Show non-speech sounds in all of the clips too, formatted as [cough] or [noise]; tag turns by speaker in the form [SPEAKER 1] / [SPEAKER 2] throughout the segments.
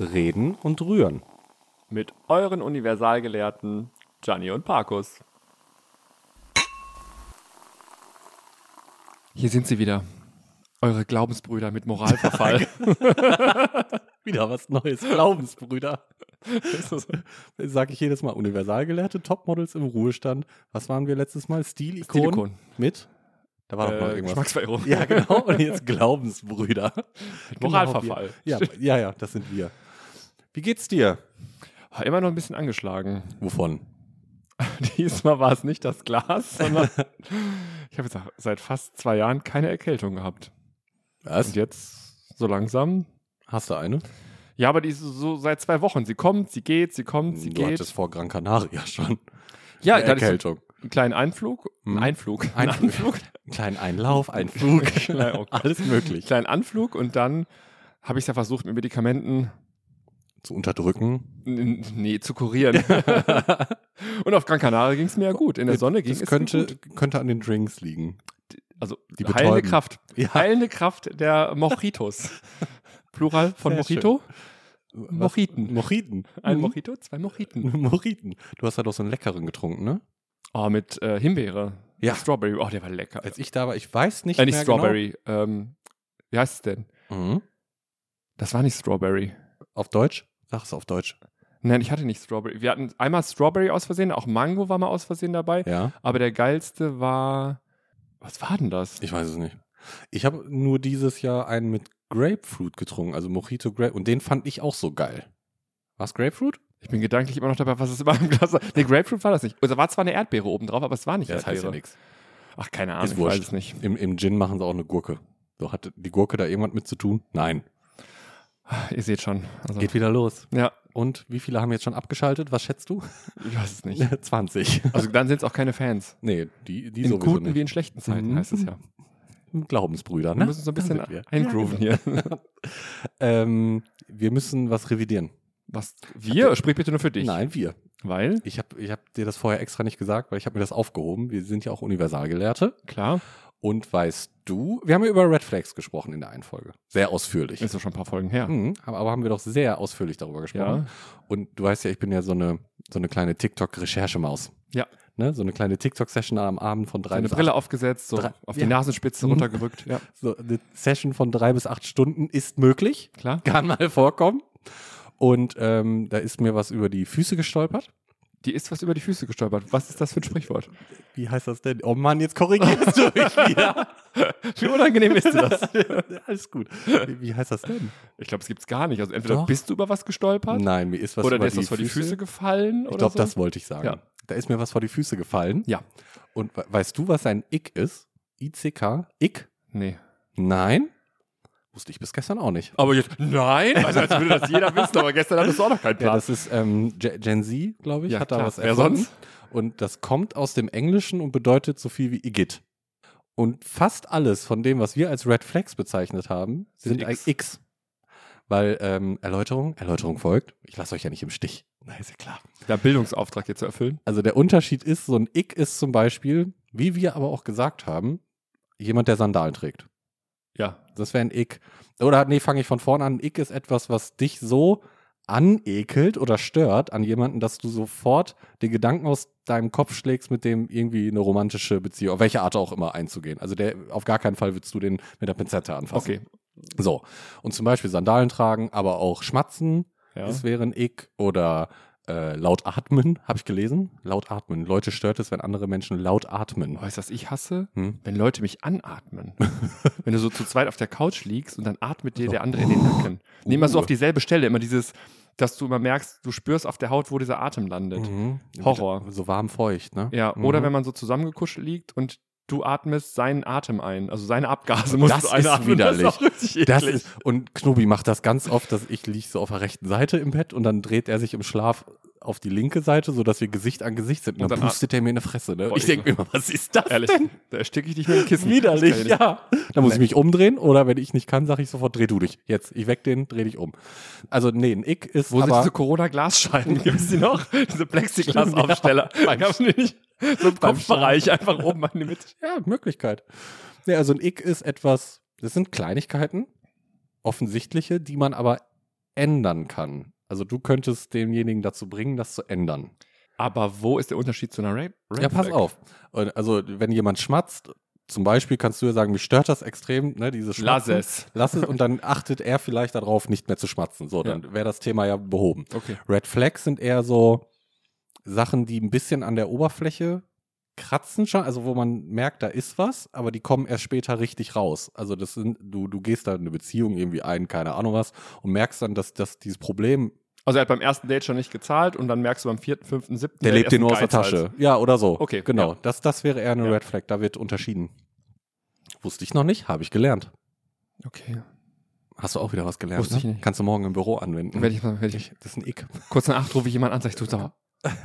[SPEAKER 1] Reden und Rühren.
[SPEAKER 2] Mit euren Universalgelehrten Gianni und Parkus. Hier sind sie wieder. Eure Glaubensbrüder
[SPEAKER 1] [laughs]
[SPEAKER 2] mit Moralverfall.
[SPEAKER 1] Wieder was Neues, Glaubensbrüder. Sag ich jedes Mal, universalgelehrte Topmodels im Ruhestand. Was waren wir letztes Mal? Stilikon?
[SPEAKER 2] Stilikon.
[SPEAKER 1] Mit? Da war doch mal
[SPEAKER 2] äh,
[SPEAKER 1] irgendwas.
[SPEAKER 2] Geschmacksverirrung.
[SPEAKER 1] [laughs] Ja,
[SPEAKER 2] [laughs]
[SPEAKER 1] genau. Und jetzt Glaubensbrüder.
[SPEAKER 2] Moralverfall.
[SPEAKER 1] Genau, wir- ja, ja, ja, das sind wir. Wie geht's dir?
[SPEAKER 2] Immer noch ein bisschen angeschlagen. [laughs]
[SPEAKER 1] Wovon?
[SPEAKER 2] Diesmal war es nicht
[SPEAKER 1] [laughs]
[SPEAKER 2] das Glas, sondern ich habe jetzt seit fast zwei Jahren keine Erkältung gehabt.
[SPEAKER 1] Was?
[SPEAKER 2] Und jetzt so langsam.
[SPEAKER 1] Hast du eine?
[SPEAKER 2] Ja, aber die ist so seit zwei Wochen. Sie kommt, sie geht, sie kommt, sie
[SPEAKER 1] du
[SPEAKER 2] geht.
[SPEAKER 1] hattest vor Gran Canaria schon.
[SPEAKER 2] ja,
[SPEAKER 1] Eine
[SPEAKER 2] da hatte ich so
[SPEAKER 1] Erkältung.
[SPEAKER 2] einen kleinen Einflug.
[SPEAKER 1] Hm. [laughs]
[SPEAKER 2] Einen Einflug.
[SPEAKER 1] Ein-
[SPEAKER 2] Einen Einflug.
[SPEAKER 1] Einen kleinen Einlauf, einen [laughs] Flug.
[SPEAKER 2] Klein- oh Gott.
[SPEAKER 1] Alles
[SPEAKER 2] Einen
[SPEAKER 1] möglich.
[SPEAKER 2] kleinen Anflug und dann habe ich es ja versucht, mit Medikamenten
[SPEAKER 1] Zu unterdrücken.
[SPEAKER 2] n- nee,
[SPEAKER 1] [laughs]
[SPEAKER 2] zu kurieren. [laughs] und auf Gran Canaria ging es mir ja gut. In der Sonne ging es
[SPEAKER 1] das
[SPEAKER 2] mir
[SPEAKER 1] könnte,
[SPEAKER 2] gut.
[SPEAKER 1] könnte an den Drinks liegen.
[SPEAKER 2] Also
[SPEAKER 1] Die
[SPEAKER 2] heilende
[SPEAKER 1] betäuben.
[SPEAKER 2] Kraft.
[SPEAKER 1] [laughs] Ja.
[SPEAKER 2] Heilende Kraft der Mojitos. Plural von
[SPEAKER 1] Sehr
[SPEAKER 2] Mojito. Mojiten.
[SPEAKER 1] Mojiten.
[SPEAKER 2] Ein
[SPEAKER 1] Mhm.
[SPEAKER 2] Mojito, zwei Mojiten.
[SPEAKER 1] Mojiten. Du hast ja doch so einen leckeren getrunken, ne?
[SPEAKER 2] Oh, mit äh, Himbeere.
[SPEAKER 1] Ja.
[SPEAKER 2] Strawberry. Oh, der war lecker.
[SPEAKER 1] Als ich da war, ich weiß nicht
[SPEAKER 2] äh, nicht
[SPEAKER 1] mehr
[SPEAKER 2] Strawberry. Ähm, wie heißt es denn?
[SPEAKER 1] Genau. Mhm.
[SPEAKER 2] Das war nicht Strawberry.
[SPEAKER 1] Auf Deutsch? Sag es auf Deutsch.
[SPEAKER 2] Nein, ich hatte nicht Strawberry. Wir hatten einmal Strawberry aus Versehen, auch Mango war mal aus Versehen dabei.
[SPEAKER 1] Ja.
[SPEAKER 2] Aber der geilste war. Was war denn das?
[SPEAKER 1] Ich weiß es nicht. Ich habe nur dieses Jahr einen mit Grapefruit getrunken, also Mojito Grape. Und den fand ich auch so geil. Was Grapefruit?
[SPEAKER 2] Ich bin gedanklich immer noch dabei, was es immer im Glas war. Nee, Grapefruit war das nicht. Also war zwar eine Erdbeere oben drauf, aber es war nicht Erdbeere.
[SPEAKER 1] nichts.
[SPEAKER 2] Ach, keine Ahnung,
[SPEAKER 1] Ist
[SPEAKER 2] ich
[SPEAKER 1] wurscht.
[SPEAKER 2] weiß es nicht.
[SPEAKER 1] Im, Im Gin machen sie auch eine Gurke. So, hat die Gurke da irgendwas mit zu tun? Nein.
[SPEAKER 2] Ihr seht schon. Also,
[SPEAKER 1] Geht wieder los.
[SPEAKER 2] ja,
[SPEAKER 1] Und wie viele haben jetzt schon abgeschaltet? Was schätzt du?
[SPEAKER 2] ich weiß es nicht.
[SPEAKER 1] [laughs] 20.
[SPEAKER 2] Also dann sind es auch keine Fans.
[SPEAKER 1] Nee, die, die
[SPEAKER 2] In
[SPEAKER 1] sowieso
[SPEAKER 2] guten wie
[SPEAKER 1] nicht.
[SPEAKER 2] in schlechten Zeiten
[SPEAKER 1] Mhm.
[SPEAKER 2] heißt es ja.
[SPEAKER 1] Glaubensbrüder,
[SPEAKER 2] Wir
[SPEAKER 1] ne?
[SPEAKER 2] müssen so ein
[SPEAKER 1] Da
[SPEAKER 2] bisschen
[SPEAKER 1] sind wir. [laughs]
[SPEAKER 2] eingrooven hier.
[SPEAKER 1] Ähm, wir müssen was revidieren.
[SPEAKER 2] Was? Wir? Sprich bitte nur für dich.
[SPEAKER 1] Nein, wir.
[SPEAKER 2] Weil?
[SPEAKER 1] Ich habe ich hab dir das vorher extra nicht gesagt, weil ich habe mir das aufgehoben. Wir sind ja auch Universalgelehrte.
[SPEAKER 2] Klar.
[SPEAKER 1] Und weißt du, wir haben ja über Red Flags gesprochen in der einen Folge. Sehr ausführlich.
[SPEAKER 2] Ist doch schon ein paar Folgen her.
[SPEAKER 1] Mhm, aber aber haben wir doch sehr ausführlich darüber gesprochen.
[SPEAKER 2] Ja.
[SPEAKER 1] Und du weißt ja, ich bin ja so eine, so eine kleine TikTok-Recherchemaus.
[SPEAKER 2] Ja.
[SPEAKER 1] Ne? So eine kleine TikTok-Session am Abend von drei
[SPEAKER 2] Seine
[SPEAKER 1] bis
[SPEAKER 2] Brille aufgesetzt, so
[SPEAKER 1] Drei-
[SPEAKER 2] auf
[SPEAKER 1] Ja.
[SPEAKER 2] die Nasenspitze
[SPEAKER 1] Mhm.
[SPEAKER 2] runtergerückt. Ja,
[SPEAKER 1] acht, so eine Session von drei bis acht Stunden ist möglich. [laughs]
[SPEAKER 2] klar.
[SPEAKER 1] Kann mal vorkommen. Und ähm, da ist mir was über die Füße gestolpert.
[SPEAKER 2] Die ist was über die Füße gestolpert. Was ist das für ein Sprichwort?
[SPEAKER 1] Wie heißt das denn? Oh Mann, jetzt korrigierst du mich [laughs] wieder.
[SPEAKER 2] Wie unangenehm ist
[SPEAKER 1] [laughs]
[SPEAKER 2] dir das?
[SPEAKER 1] Alles gut. Wie, wie heißt das denn?
[SPEAKER 2] Ich glaube, es gibt's gar nicht. Also entweder
[SPEAKER 1] Doch.
[SPEAKER 2] bist du über was gestolpert
[SPEAKER 1] Nein, mir ist was
[SPEAKER 2] oder
[SPEAKER 1] über
[SPEAKER 2] dir ist was vor die Füße gefallen.
[SPEAKER 1] Ich
[SPEAKER 2] oder
[SPEAKER 1] glaube,
[SPEAKER 2] so.
[SPEAKER 1] das wollte ich sagen.
[SPEAKER 2] Ja.
[SPEAKER 1] Da ist mir was vor die Füße gefallen.
[SPEAKER 2] Ja.
[SPEAKER 1] Und we weißt du, was ein Ick ist? I-C-K? Ick?
[SPEAKER 2] Nee.
[SPEAKER 1] Nein. Wusste ich bis gestern auch nicht.
[SPEAKER 2] Aber jetzt, nein, also als würde das jeder wissen, aber gestern hattest du auch noch keinen
[SPEAKER 1] Ja,
[SPEAKER 2] Plan.
[SPEAKER 1] das ist ähm, Gen Gen Z, glaube ich,
[SPEAKER 2] Ja,
[SPEAKER 1] hat da
[SPEAKER 2] klar.
[SPEAKER 1] was
[SPEAKER 2] Wer
[SPEAKER 1] erfunden.
[SPEAKER 2] sonst?
[SPEAKER 1] Und das kommt aus dem Englischen und bedeutet so viel wie Igitt. Und fast alles von dem, was wir als Red Flags bezeichnet haben,
[SPEAKER 2] Sind
[SPEAKER 1] sind
[SPEAKER 2] X.
[SPEAKER 1] eigentlich X. Weil ähm, Erläuterung, Erläuterung folgt. Ich lasse euch ja nicht im Stich. Na, ist ja klar.
[SPEAKER 2] Der Bildungsauftrag hier zu erfüllen.
[SPEAKER 1] Also der Unterschied ist, so ein Ick ist zum Beispiel, wie wir aber auch gesagt haben, jemand, der Sandalen trägt.
[SPEAKER 2] Ja.
[SPEAKER 1] Das wäre ein Ick. Oder nee, fange ich von vorne an. Ein Ick ist etwas, was dich so anekelt oder stört an jemanden, dass du sofort den Gedanken aus deinem Kopf schlägst, mit dem irgendwie eine romantische Beziehung, auf welche Art auch immer, einzugehen. Also der, auf gar keinen Fall würdest du den mit der Pinzette anfassen.
[SPEAKER 2] Okay.
[SPEAKER 1] So. Und zum Beispiel Sandalen tragen, aber auch schmatzen,
[SPEAKER 2] Ja.
[SPEAKER 1] das wäre ein Ick. Oder äh, laut atmen, habe ich gelesen. Laut atmen. Leute stört es, wenn andere Menschen laut atmen.
[SPEAKER 2] Weißt du, was ich hasse?
[SPEAKER 1] Hm?
[SPEAKER 2] Wenn Leute
[SPEAKER 1] [laughs]
[SPEAKER 2] mich anatmen. wenn du so zu zweit auf der Couch liegst und dann atmet dir der andere in den Nacken.
[SPEAKER 1] Also, Uh.
[SPEAKER 2] Nee, immer so auf dieselbe Stelle, immer dieses, dass du immer merkst, du spürst auf der Haut, wo dieser Atem landet.
[SPEAKER 1] Mhm.
[SPEAKER 2] Horror.
[SPEAKER 1] So warm feucht, ne?
[SPEAKER 2] Ja,
[SPEAKER 1] Mhm.
[SPEAKER 2] oder wenn man so zusammengekuschelt liegt und du atmest seinen Atem ein. Also seine Abgase musst
[SPEAKER 1] Oh, Das
[SPEAKER 2] du
[SPEAKER 1] ist
[SPEAKER 2] einatmen.
[SPEAKER 1] widerlich.
[SPEAKER 2] Das ist, auch richtig
[SPEAKER 1] Das
[SPEAKER 2] eklig.
[SPEAKER 1] ist, und Knobi macht das ganz oft, dass ich liege so auf der rechten Seite im Bett und dann dreht er sich im Schlaf auf die linke Seite, sodass wir Gesicht an Gesicht sind. Und,
[SPEAKER 2] Und
[SPEAKER 1] dann,
[SPEAKER 2] dann
[SPEAKER 1] pustet er mir in die Fresse. Ne?
[SPEAKER 2] Boah,
[SPEAKER 1] Ich
[SPEAKER 2] ich-
[SPEAKER 1] denke mir
[SPEAKER 2] [laughs]
[SPEAKER 1] immer, was ist das
[SPEAKER 2] Ehrlich,
[SPEAKER 1] denn?
[SPEAKER 2] da ersticke ich dich mit dem Kissen. Das
[SPEAKER 1] Widerlich,
[SPEAKER 2] kann ich nicht.
[SPEAKER 1] ja. Da muss ich mich umdrehen oder wenn ich nicht kann, sage ich sofort, dreh du dich. Jetzt, ich weck den, dreh dich um. Also nee, ein Ick ist
[SPEAKER 2] Wo sind
[SPEAKER 1] aber... [laughs]
[SPEAKER 2] diese Corona-Glasscheiben? Gibt es die noch? Diese Plexiglas-Aufsteller.
[SPEAKER 1] Ja, beim
[SPEAKER 2] Gab's die
[SPEAKER 1] [laughs]
[SPEAKER 2] nicht? So im
[SPEAKER 1] beim
[SPEAKER 2] Kopfbereich einfach oben an der Mitte.
[SPEAKER 1] Ja, Möglichkeit. Nee, also ein Ick ist etwas, das sind Kleinigkeiten, offensichtliche, die man aber ändern kann. Also du könntest denjenigen dazu bringen, das zu ändern.
[SPEAKER 2] Aber wo ist der Unterschied zu einer Rape?
[SPEAKER 1] Ja, pass auf. Und Also wenn jemand schmatzt, zum Beispiel kannst du ja sagen, mich stört das extrem, ne, diese
[SPEAKER 2] Lass
[SPEAKER 1] Schmatzen.
[SPEAKER 2] es.
[SPEAKER 1] Lass es und dann achtet er vielleicht darauf, nicht mehr zu schmatzen. So, dann wäre das Thema ja behoben.
[SPEAKER 2] Okay.
[SPEAKER 1] Red Flags sind eher so Sachen, die ein bisschen an der Oberfläche kratzen schon, also wo man merkt, da ist was, aber die kommen erst später richtig raus. Also das sind, du, du gehst da in eine Beziehung irgendwie ein, keine Ahnung was, und merkst dann, dass, dass dieses Problem,
[SPEAKER 2] Also er hat beim ersten Date schon nicht gezahlt und dann merkst du beim vierten, fünften, siebten.
[SPEAKER 1] der lebt
[SPEAKER 2] Date
[SPEAKER 1] dir
[SPEAKER 2] erst
[SPEAKER 1] nur aus der
[SPEAKER 2] einen Geiz
[SPEAKER 1] Tasche. Ja, oder so.
[SPEAKER 2] Okay,
[SPEAKER 1] Genau.
[SPEAKER 2] ja.
[SPEAKER 1] Das, das wäre eher eine
[SPEAKER 2] Ja.
[SPEAKER 1] Red Flag, da wird unterschieden. Wusste ich noch nicht, habe ich gelernt.
[SPEAKER 2] als. Okay.
[SPEAKER 1] Hast du auch wieder was gelernt?
[SPEAKER 2] Wusste ich
[SPEAKER 1] ne?
[SPEAKER 2] nicht.
[SPEAKER 1] Kannst du morgen im Büro anwenden.
[SPEAKER 2] Werde ich mal, werde ich.
[SPEAKER 1] das ist ein Ick. [laughs]
[SPEAKER 2] Kurz nach acht rufe ich jemanden an, sag ich, du sag mal,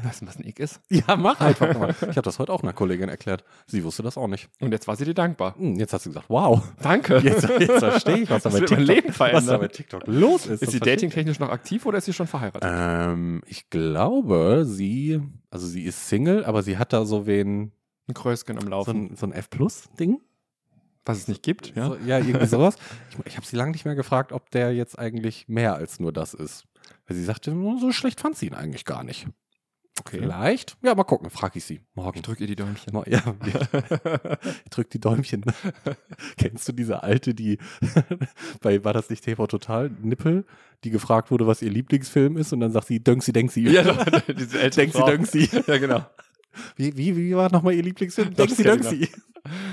[SPEAKER 2] weißt du, was ein Ick ist?
[SPEAKER 1] Ja, mach einfach mal. Ich habe das heute auch einer Kollegin erklärt. Sie wusste das auch nicht.
[SPEAKER 2] Und jetzt war sie dir dankbar.
[SPEAKER 1] Hm, Jetzt hast du gesagt, wow. [laughs]
[SPEAKER 2] Danke.
[SPEAKER 1] Jetzt, jetzt verstehe ich, was da bei
[SPEAKER 2] Das wird mein
[SPEAKER 1] TikTok,
[SPEAKER 2] Leben
[SPEAKER 1] was da
[SPEAKER 2] verändern.
[SPEAKER 1] bei TikTok los ist.
[SPEAKER 2] Ist
[SPEAKER 1] Das
[SPEAKER 2] sie
[SPEAKER 1] verstehe ich.
[SPEAKER 2] datingtechnisch noch aktiv oder ist sie schon verheiratet?
[SPEAKER 1] Ähm, ich glaube, sie, also sie ist Single, aber sie hat da so wen,
[SPEAKER 2] Ein Krösken am
[SPEAKER 1] Äh, so
[SPEAKER 2] Laufen.
[SPEAKER 1] ein, so ein F-Plus-Ding.
[SPEAKER 2] was es nicht gibt, ja.
[SPEAKER 1] So, ja, irgendwie sowas. Ich, ich habe sie lange nicht mehr gefragt, ob der jetzt eigentlich mehr als nur das ist. Weil sie sagte, "Hm, so schlecht fand sie ihn eigentlich gar nicht.
[SPEAKER 2] Okay.
[SPEAKER 1] Vielleicht? Ja, mal gucken, frage ich sie. Morgen.
[SPEAKER 2] Ich drück ihr die [laughs] Däumchen.
[SPEAKER 1] Mo- Ja,
[SPEAKER 2] [laughs]
[SPEAKER 1] ich drück die Däumchen. [laughs] Kennst du diese alte, die [laughs] bei war das nicht TV total Nippel, die gefragt wurde, was ihr Lieblingsfilm ist und dann sagt sie Dönksi Denksi. [laughs]
[SPEAKER 2] [laughs] diese ältere
[SPEAKER 1] Denksi Dönksi.
[SPEAKER 2] [laughs] Ja, genau.
[SPEAKER 1] Wie wie wie war nochmal ihr Lieblingsfilm?
[SPEAKER 2] Das
[SPEAKER 1] Denksi
[SPEAKER 2] kenn ich
[SPEAKER 1] Dönksi.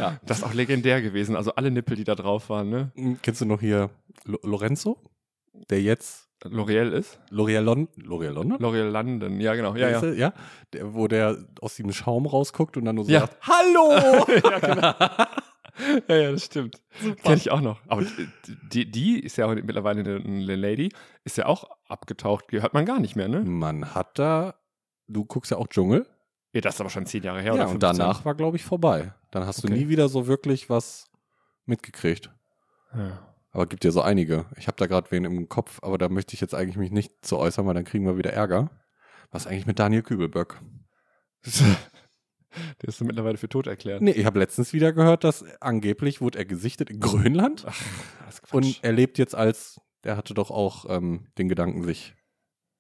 [SPEAKER 1] Ja.
[SPEAKER 2] Das ist auch legendär gewesen. Also alle Nippel, die da drauf waren, ne?
[SPEAKER 1] Hm, Kennst du noch hier Lo Lorenzo, der jetzt
[SPEAKER 2] L'Oreal ist?
[SPEAKER 1] L'Oreal Lon L'Oreal London?
[SPEAKER 2] L'Oreal London. Ja, genau. Ja,
[SPEAKER 1] Hieß
[SPEAKER 2] ja.
[SPEAKER 1] er? ja. Der, wo der aus dem Schaum rausguckt und dann nur so
[SPEAKER 2] Ja.
[SPEAKER 1] sagt, Hallo!
[SPEAKER 2] [laughs] Ja, ja, das stimmt. Kenn ich auch noch. Aber die, die ist ja auch mittlerweile eine, eine Lady, ist ja auch abgetaucht. Die Hört man gar nicht mehr, ne?
[SPEAKER 1] Man hat da, du guckst ja auch Dschungel.
[SPEAKER 2] Ja, das ist aber schon zehn Jahre her.
[SPEAKER 1] Ja,
[SPEAKER 2] oder
[SPEAKER 1] und
[SPEAKER 2] 15.
[SPEAKER 1] danach war, glaube ich, vorbei. Dann hast du
[SPEAKER 2] Okay.
[SPEAKER 1] nie wieder so wirklich was mitgekriegt.
[SPEAKER 2] Ja. [laughs]
[SPEAKER 1] Aber gibt ja so einige. Ich habe da gerade wen im Kopf, aber da möchte ich jetzt eigentlich mich nicht zu äußern, weil dann kriegen wir wieder Ärger. Was eigentlich mit Daniel Kübelböck?
[SPEAKER 2] Der ist mittlerweile für tot erklärt.
[SPEAKER 1] Nee, ich habe letztens wieder gehört, dass angeblich wurde er gesichtet in Grönland
[SPEAKER 2] Das ist Quatsch.
[SPEAKER 1] und er lebt jetzt als, er hatte doch auch ähm, den Gedanken, sich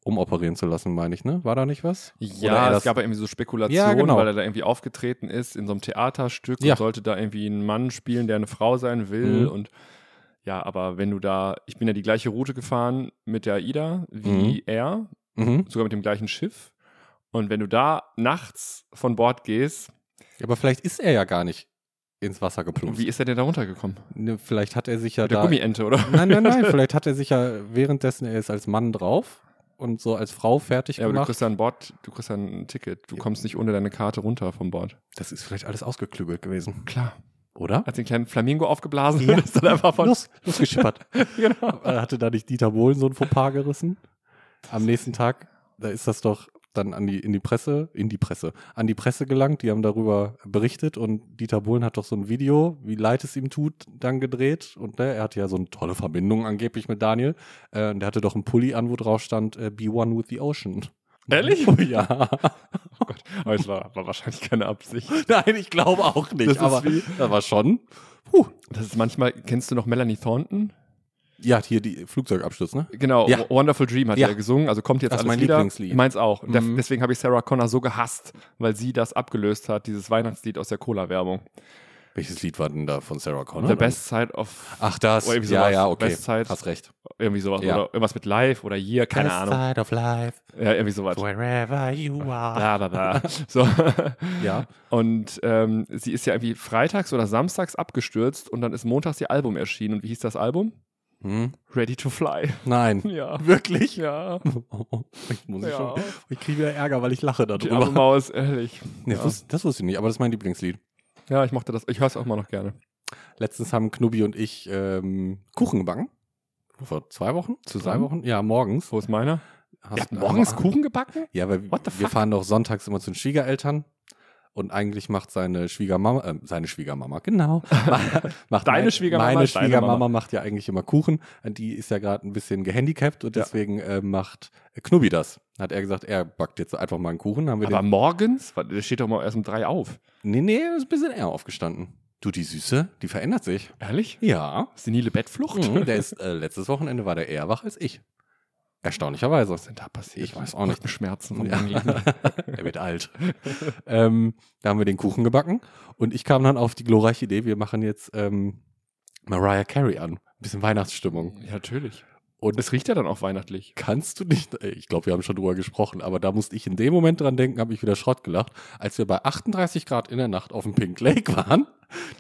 [SPEAKER 1] umoperieren zu lassen, meine ich, ne? War da nicht was? Oder
[SPEAKER 2] Ja,
[SPEAKER 1] er
[SPEAKER 2] es
[SPEAKER 1] das-
[SPEAKER 2] gab ja irgendwie so Spekulationen,
[SPEAKER 1] Ja, genau.
[SPEAKER 2] weil er da irgendwie aufgetreten ist in so einem Theaterstück
[SPEAKER 1] Ja.
[SPEAKER 2] und sollte da irgendwie einen Mann spielen, der eine Frau sein will.
[SPEAKER 1] Mhm.
[SPEAKER 2] Und ja, aber wenn du da, ich bin ja die gleiche Route gefahren mit der AIDA
[SPEAKER 1] Mhm.
[SPEAKER 2] wie er,
[SPEAKER 1] Mhm.
[SPEAKER 2] sogar mit dem gleichen Schiff. Und wenn du da nachts von Bord gehst,
[SPEAKER 1] Ja, Aber vielleicht ist er ja gar nicht ins Wasser geplumpst.
[SPEAKER 2] wie ist er denn da runtergekommen?
[SPEAKER 1] Ne, vielleicht hat er sich ja
[SPEAKER 2] mit der
[SPEAKER 1] da
[SPEAKER 2] Gummiente, oder?
[SPEAKER 1] Nein, nein, [laughs] nein. Vielleicht hat er sich ja währenddessen, er ist als Mann drauf und so als Frau fertig
[SPEAKER 2] [laughs] Ja, aber du
[SPEAKER 1] gemacht.
[SPEAKER 2] kriegst ja ein Bord, du kriegst ja ein Ticket. Du kommst nicht ohne deine Karte runter vom Bord.
[SPEAKER 1] Das ist vielleicht alles ausgeklügelt gewesen,
[SPEAKER 2] Klar.
[SPEAKER 1] oder?
[SPEAKER 2] Hat den kleinen Flamingo aufgeblasen
[SPEAKER 1] Ja.
[SPEAKER 2] und ist dann einfach von.
[SPEAKER 1] Los, losgeschippert.
[SPEAKER 2] [laughs] Genau.
[SPEAKER 1] [laughs] Er hatte da nicht Dieter Bohlen so ein Fauxpas gerissen? Am nächsten Tag, da ist das doch dann an die, in die Presse, in die Presse, an die Presse gelangt, die haben darüber berichtet und Dieter Bohlen hat doch so ein Video, wie leid es ihm tut, dann gedreht und ne, er hatte ja so eine tolle Verbindung angeblich mit Daniel äh, und der hatte doch einen Pulli an, wo drauf stand, äh, be one with the ocean.
[SPEAKER 2] Ehrlich?
[SPEAKER 1] Oh [laughs] ja.
[SPEAKER 2] Aber es war, war wahrscheinlich keine Absicht.
[SPEAKER 1] [laughs] Nein, ich glaube auch nicht.
[SPEAKER 2] Das ist
[SPEAKER 1] aber
[SPEAKER 2] wie-
[SPEAKER 1] das war schon. Puh.
[SPEAKER 2] Das ist manchmal, kennst du noch Melanie Thornton?
[SPEAKER 1] Ja, hier die Flugzeugabschluss, ne?
[SPEAKER 2] Genau,
[SPEAKER 1] Ja.
[SPEAKER 2] Wonderful Dream hat
[SPEAKER 1] Ja.
[SPEAKER 2] ja. er gesungen, also kommt jetzt
[SPEAKER 1] Das ist
[SPEAKER 2] alles
[SPEAKER 1] mein
[SPEAKER 2] wieder.
[SPEAKER 1] Lieblingslied.
[SPEAKER 2] Meins auch. Und der-
[SPEAKER 1] Mhm.
[SPEAKER 2] Deswegen habe ich Sarah Connor so gehasst, weil sie das abgelöst hat, dieses Weihnachtslied aus der Cola-Werbung.
[SPEAKER 1] Welches Lied war denn da von Sarah Connor?
[SPEAKER 2] The Best Side of
[SPEAKER 1] Ach, das.
[SPEAKER 2] Oder irgendwie
[SPEAKER 1] Ja,
[SPEAKER 2] sowas.
[SPEAKER 1] ja, okay.
[SPEAKER 2] Best Side.
[SPEAKER 1] Hast recht.
[SPEAKER 2] irgendwie sowas
[SPEAKER 1] Ja.
[SPEAKER 2] oder irgendwas mit Live oder Year, keine Ahnung.
[SPEAKER 1] Side of life,
[SPEAKER 2] Ja, irgendwie sowas.
[SPEAKER 1] wherever you are.
[SPEAKER 2] Bla, bla, bla. [laughs] So.
[SPEAKER 1] Ja.
[SPEAKER 2] Und ähm, sie ist ja irgendwie freitags oder samstags abgestürzt und dann ist montags ihr Album erschienen. Und wie hieß das Album?
[SPEAKER 1] Hm?
[SPEAKER 2] Ready to Fly. [laughs]
[SPEAKER 1] Nein. [laughs]
[SPEAKER 2] Ja.
[SPEAKER 1] Wirklich?
[SPEAKER 2] Ja.
[SPEAKER 1] Ich, muss
[SPEAKER 2] Ja.
[SPEAKER 1] schon, ich kriege wieder Ärger, weil ich lache
[SPEAKER 2] Die arme
[SPEAKER 1] darüber.
[SPEAKER 2] Maus, ehrlich.
[SPEAKER 1] Nee,
[SPEAKER 2] Ja.
[SPEAKER 1] das, wusste- das wusste ich nicht, aber das ist mein Lieblingslied.
[SPEAKER 2] Ja, ich mochte das. Ich höre es auch immer noch gerne.
[SPEAKER 1] Letztens haben Knubi und ich ähm, Kuchen gebacken. Vor zwei Wochen? Zu drei
[SPEAKER 2] Wann?
[SPEAKER 1] Wochen? Ja, morgens.
[SPEAKER 2] Wo ist meiner?
[SPEAKER 1] Hast-
[SPEAKER 2] Kuchen gebacken?
[SPEAKER 1] Ja, weil
[SPEAKER 2] What the
[SPEAKER 1] wir
[SPEAKER 2] fuck?
[SPEAKER 1] fahren doch sonntags immer zu den Schwiegereltern. Und eigentlich macht seine Schwiegermama, äh, seine Schwiegermama,
[SPEAKER 2] [laughs]
[SPEAKER 1] genau. macht
[SPEAKER 2] Deine Schwiegermama
[SPEAKER 1] Meine
[SPEAKER 2] ist deine
[SPEAKER 1] Schwiegermama
[SPEAKER 2] Mama.
[SPEAKER 1] macht ja eigentlich immer Kuchen. Die ist ja gerade ein bisschen gehandicapt und
[SPEAKER 2] Ja.
[SPEAKER 1] deswegen äh, macht Knubi das. Hat er gesagt, er backt jetzt einfach mal einen Kuchen. Haben wir
[SPEAKER 2] Aber morgens? Weil Der steht doch mal erst um drei auf.
[SPEAKER 1] den, nee, nee, ist ein bisschen eher aufgestanden. Du, die Süße, die verändert sich.
[SPEAKER 2] Ehrlich? [laughs]
[SPEAKER 1] Ja.
[SPEAKER 2] Senile Bettflucht?
[SPEAKER 1] Mhm, der ist, äh, letztes Wochenende war der eher wach als ich. Erstaunlicherweise.
[SPEAKER 2] Was ist denn da passiert?
[SPEAKER 1] Ich weiß auch nicht.
[SPEAKER 2] Schmerzen vom
[SPEAKER 1] Ja. [laughs]
[SPEAKER 2] Rückenschmerzen.
[SPEAKER 1] er wird alt. ähm, da haben wir den Kuchen gebacken und ich kam dann auf die glorreiche Idee, wir machen jetzt ähm, Mariah Carey an. Ein bisschen Weihnachtsstimmung.
[SPEAKER 2] Ja, natürlich.
[SPEAKER 1] Und
[SPEAKER 2] Es riecht ja dann auch weihnachtlich.
[SPEAKER 1] kannst du nicht, äh, ich glaube, wir haben schon drüber gesprochen, aber da musste ich in dem Moment dran denken, habe ich wieder Schrott gelacht, als wir bei 38 Grad in der Nacht auf dem Pink Lake [laughs] waren,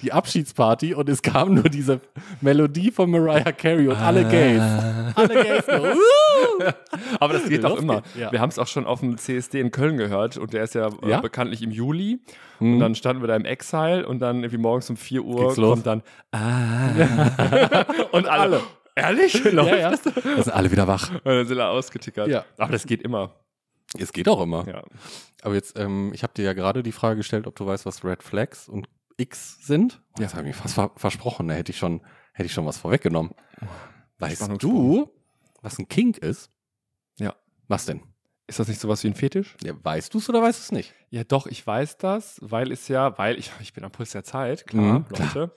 [SPEAKER 1] die Abschiedsparty und es kam nur diese Melodie von Mariah Carey und alle Gays. Alle Gays nur. [laughs] "Uh!"
[SPEAKER 2] Aber das geht doch
[SPEAKER 1] Los
[SPEAKER 2] immer.
[SPEAKER 1] geht's, ja.
[SPEAKER 2] Wir haben es auch schon auf dem CSD in Köln gehört und der ist ja, äh,
[SPEAKER 1] Ja? Mhm.
[SPEAKER 2] bekanntlich im Juli. Und dann standen wir da im Exile und dann irgendwie morgens um 4 Uhr
[SPEAKER 1] Geht's los?
[SPEAKER 2] kommt dann ah.
[SPEAKER 1] [laughs]
[SPEAKER 2] und alle. Ehrlich? Läuft
[SPEAKER 1] Ja, ja.
[SPEAKER 2] das? Und
[SPEAKER 1] Da sind alle wieder wach.
[SPEAKER 2] dann sind alle ausgetickert.
[SPEAKER 1] Ja.
[SPEAKER 2] Aber das geht immer.
[SPEAKER 1] Es geht auch immer.
[SPEAKER 2] Ja.
[SPEAKER 1] Aber jetzt, ähm, ich habe dir ja gerade die Frage gestellt, ob du weißt, was Red Flags und X sind. Und
[SPEAKER 2] Ja.
[SPEAKER 1] Das habe ich fast ver versprochen. Da hätte ich schon, hätte ich schon was vorweggenommen.
[SPEAKER 2] Oh,
[SPEAKER 1] Weißt
[SPEAKER 2] Spannungssprung.
[SPEAKER 1] du, was ein Kink ist?
[SPEAKER 2] Ja.
[SPEAKER 1] Was denn?
[SPEAKER 2] Ist das nicht sowas wie ein Fetisch?
[SPEAKER 1] Ja, weißt du es oder weißt du es nicht?
[SPEAKER 2] Ja, doch, ich weiß das, weil es ja, weil ich, [laughs] ich bin am Puls der Zeit, klar,
[SPEAKER 1] Mhm,
[SPEAKER 2] Leute,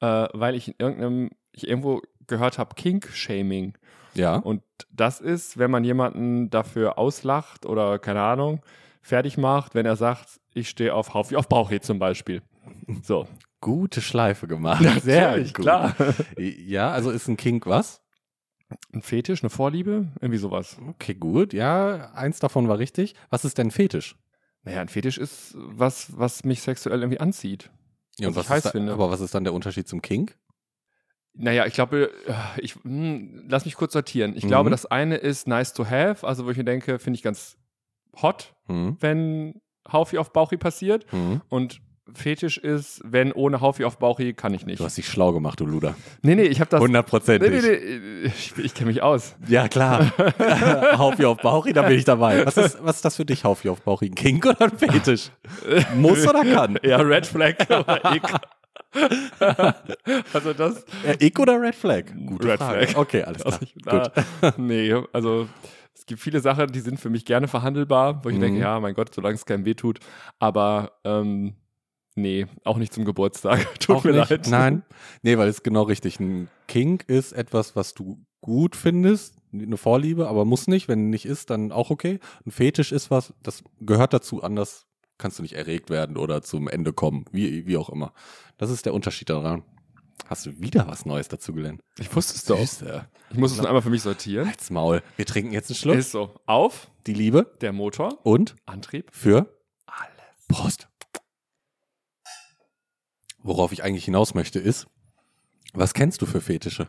[SPEAKER 2] Äh, weil ich in irgendeinem, ich irgendwo gehört habe, Kink-Shaming.
[SPEAKER 1] Ja.
[SPEAKER 2] Und das ist, wenn man jemanden dafür auslacht oder, keine Ahnung, fertig macht, wenn er sagt, ich stehe auf Haufi, auf Bauchhe zum Beispiel. [laughs] So.
[SPEAKER 1] Gute Schleife gemacht.
[SPEAKER 2] Natürlich, [laughs] klar.
[SPEAKER 1] Ja, also ist ein Kink was?
[SPEAKER 2] Ein Fetisch, eine Vorliebe, irgendwie sowas.
[SPEAKER 1] Okay, gut. Ja, eins davon war richtig. Was ist denn Fetisch?
[SPEAKER 2] Naja, ein Fetisch ist was, was mich sexuell irgendwie anzieht.
[SPEAKER 1] Ja, und was
[SPEAKER 2] Was ich heiß
[SPEAKER 1] ist da,
[SPEAKER 2] finde.
[SPEAKER 1] Aber was ist dann der Unterschied zum Kink?
[SPEAKER 2] Naja, ich glaube, äh, ich hm, lass mich kurz sortieren. Ich
[SPEAKER 1] Mhm.
[SPEAKER 2] glaube, das eine ist nice to have, also wo ich mir denke, finde ich ganz hot,
[SPEAKER 1] Hm?
[SPEAKER 2] wenn Haufi auf Bauchi passiert.
[SPEAKER 1] Hm?
[SPEAKER 2] Und Fetisch ist, wenn ohne Haufi auf Bauchi kann ich nicht.
[SPEAKER 1] Du hast dich schlau gemacht, du Luder.
[SPEAKER 2] nee, nee, ich habe das. Nee,
[SPEAKER 1] Hundertprozentig.
[SPEAKER 2] nee, nee, ich, ich kenne mich aus.
[SPEAKER 1] Ja,
[SPEAKER 2] [laughs]
[SPEAKER 1] klar. Haufi auf Bauchi, da bin ich dabei. Was ist, was ist das für dich, Haufi auf Bauchi? Ein Kink oder ein
[SPEAKER 2] [laughs]
[SPEAKER 1] Fetisch? Muss oder kann?
[SPEAKER 2] Ja, Red Flag
[SPEAKER 1] [laughs]
[SPEAKER 2] oder Ick. [laughs] also das.
[SPEAKER 1] Äh, Ick oder Red Flag? Gute
[SPEAKER 2] Red
[SPEAKER 1] Frage.
[SPEAKER 2] Flag.
[SPEAKER 1] Okay, alles klar.
[SPEAKER 2] [laughs] Also ich,
[SPEAKER 1] Gut.
[SPEAKER 2] da, nee, also es gibt viele Sachen, die sind für mich gerne verhandelbar, wo ich
[SPEAKER 1] Mhm.
[SPEAKER 2] denke, ja, mein Gott, solange es keinem weh tut. Aber ähm, nee, auch nicht zum Geburtstag. [laughs] tut
[SPEAKER 1] Auch
[SPEAKER 2] mir
[SPEAKER 1] nicht?
[SPEAKER 2] leid.
[SPEAKER 1] Nein. Nee, weil es genau richtig. Ein Kink ist etwas, was du gut findest, eine Vorliebe, aber muss nicht. Wenn nicht ist, dann auch okay. Ein Fetisch ist was, das gehört dazu, anders kannst du nicht erregt werden oder zum Ende kommen, wie, wie auch immer. Das ist der Unterschied daran. Hast du wieder was Neues dazu gelernt?
[SPEAKER 2] Ich wusste es doch.
[SPEAKER 1] Süße.
[SPEAKER 2] Ich muss es nur einmal für mich sortieren.
[SPEAKER 1] Halt's Maul. Wir trinken jetzt einen Schluck.
[SPEAKER 2] Ist so. Auf,
[SPEAKER 1] Hm? die Liebe
[SPEAKER 2] der Motor,
[SPEAKER 1] und
[SPEAKER 2] Antrieb.
[SPEAKER 1] für
[SPEAKER 2] Alles.
[SPEAKER 1] Prost. Worauf ich eigentlich hinaus möchte ist, was kennst du für Fetische?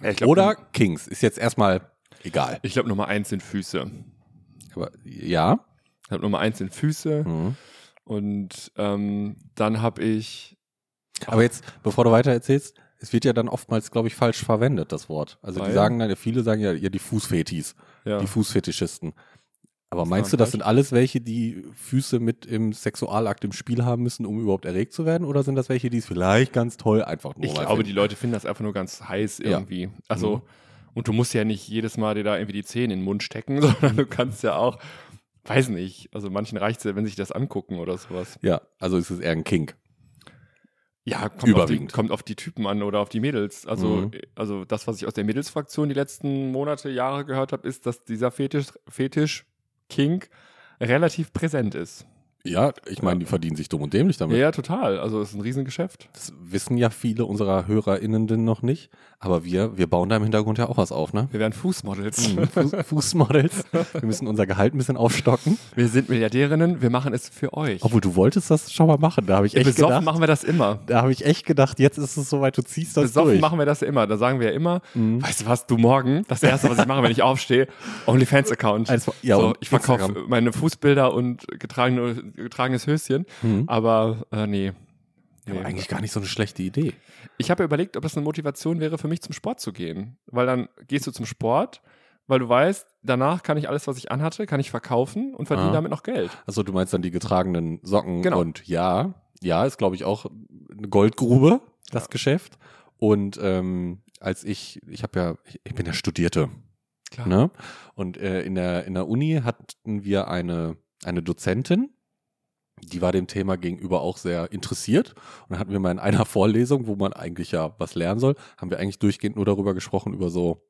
[SPEAKER 2] Ja, ich glaub,
[SPEAKER 1] Äh, Oder Kings? Ist jetzt erstmal egal.
[SPEAKER 2] Ich glaube, Nummer eins sind Füße.
[SPEAKER 1] Aber ja.
[SPEAKER 2] Ich glaube, Nummer eins sind Füße.
[SPEAKER 1] Mhm.
[SPEAKER 2] Und ähm, dann habe ich.
[SPEAKER 1] Aber jetzt, bevor du weiter erzählst, es wird ja dann oftmals, glaube ich, falsch verwendet, das Wort. Also die
[SPEAKER 2] Weil?
[SPEAKER 1] sagen dann, viele sagen ja, ja die Fußfetis,
[SPEAKER 2] Ja.
[SPEAKER 1] die Fußfetischisten. Aber
[SPEAKER 2] Ist
[SPEAKER 1] meinst
[SPEAKER 2] doch
[SPEAKER 1] du, das
[SPEAKER 2] falsch.
[SPEAKER 1] sind alles welche, die Füße mit im Sexualakt im Spiel haben müssen, um überhaupt erregt zu werden? Oder sind das welche, die es vielleicht ganz toll einfach nur
[SPEAKER 2] Ich
[SPEAKER 1] mal
[SPEAKER 2] glaube,
[SPEAKER 1] finden?
[SPEAKER 2] die Leute finden das einfach nur ganz heiß
[SPEAKER 1] Ja.
[SPEAKER 2] irgendwie. Also, und du musst ja nicht jedes Mal dir da irgendwie die Zähne in den Mund stecken, [laughs] sondern du kannst ja auch, weiß nicht, also manchen reicht es ja, wenn sich das angucken oder sowas.
[SPEAKER 1] Ja, also es ist eher ein Kink.
[SPEAKER 2] Ja, kommt auf, die,
[SPEAKER 1] Überwiegend.
[SPEAKER 2] kommt auf die Typen an oder auf die Mädels. Also,
[SPEAKER 1] Mhm.
[SPEAKER 2] also das, was ich aus der Mädelsfraktion die letzten Monate, Jahre gehört habe, ist, dass dieser Fetisch, Fetisch Kink relativ präsent ist.
[SPEAKER 1] Ja, ich meine, die verdienen sich dumm und dämlich
[SPEAKER 2] Ja,
[SPEAKER 1] damit.
[SPEAKER 2] ja, total. Also es ist ein Riesengeschäft.
[SPEAKER 1] Das wissen ja viele unserer HörerInnen denn noch nicht. Aber wir, wir bauen da im Hintergrund ja auch was auf, ne?
[SPEAKER 2] Wir werden Fußmodels.
[SPEAKER 1] Hm, [laughs] Fuß, Fußmodels. Wir müssen unser Gehalt ein bisschen aufstocken.
[SPEAKER 2] Wir sind Milliardärinnen, wir machen es für euch.
[SPEAKER 1] Obwohl, du wolltest das schon mal machen. Da habe ich echt
[SPEAKER 2] Besoffen
[SPEAKER 1] gedacht,
[SPEAKER 2] machen wir das immer.
[SPEAKER 1] da habe ich echt gedacht, jetzt ist es soweit, du ziehst das
[SPEAKER 2] Besoffen
[SPEAKER 1] durch.
[SPEAKER 2] machen wir das ja immer. Da sagen wir ja immer,
[SPEAKER 1] Mhm.
[SPEAKER 2] weißt du was, du morgen, das erste, was ich mache, wenn ich aufstehe, OnlyFans-Account.
[SPEAKER 1] Eins- ja,
[SPEAKER 2] so,
[SPEAKER 1] und
[SPEAKER 2] ich verkaufe
[SPEAKER 1] Instagram.
[SPEAKER 2] meine Fußbilder und getragene, getragenes Höschen.
[SPEAKER 1] Mhm.
[SPEAKER 2] Aber äh, nee,
[SPEAKER 1] aber eigentlich gar nicht so eine schlechte Idee.
[SPEAKER 2] Ich habe ja überlegt, ob das eine Motivation wäre, für mich zum Sport zu gehen. Weil dann gehst du zum Sport, weil du weißt, danach kann ich alles, was ich anhatte, kann ich verkaufen und verdiene
[SPEAKER 1] Ah.
[SPEAKER 2] damit noch Geld.
[SPEAKER 1] Also du meinst dann die getragenen Socken
[SPEAKER 2] Genau.
[SPEAKER 1] und ja, ja, ist glaube ich auch eine Goldgrube, das
[SPEAKER 2] Ja.
[SPEAKER 1] Geschäft. Und ähm, als ich, ich habe ja, ich, ich bin ja Studierte,
[SPEAKER 2] Klar.
[SPEAKER 1] ne? Und äh, in der in der Uni hatten wir eine eine Dozentin, die war dem Thema gegenüber auch sehr interessiert. Und dann hatten wir mal in einer [laughs] Vorlesung, wo man eigentlich ja was lernen soll, haben wir eigentlich durchgehend nur darüber gesprochen über so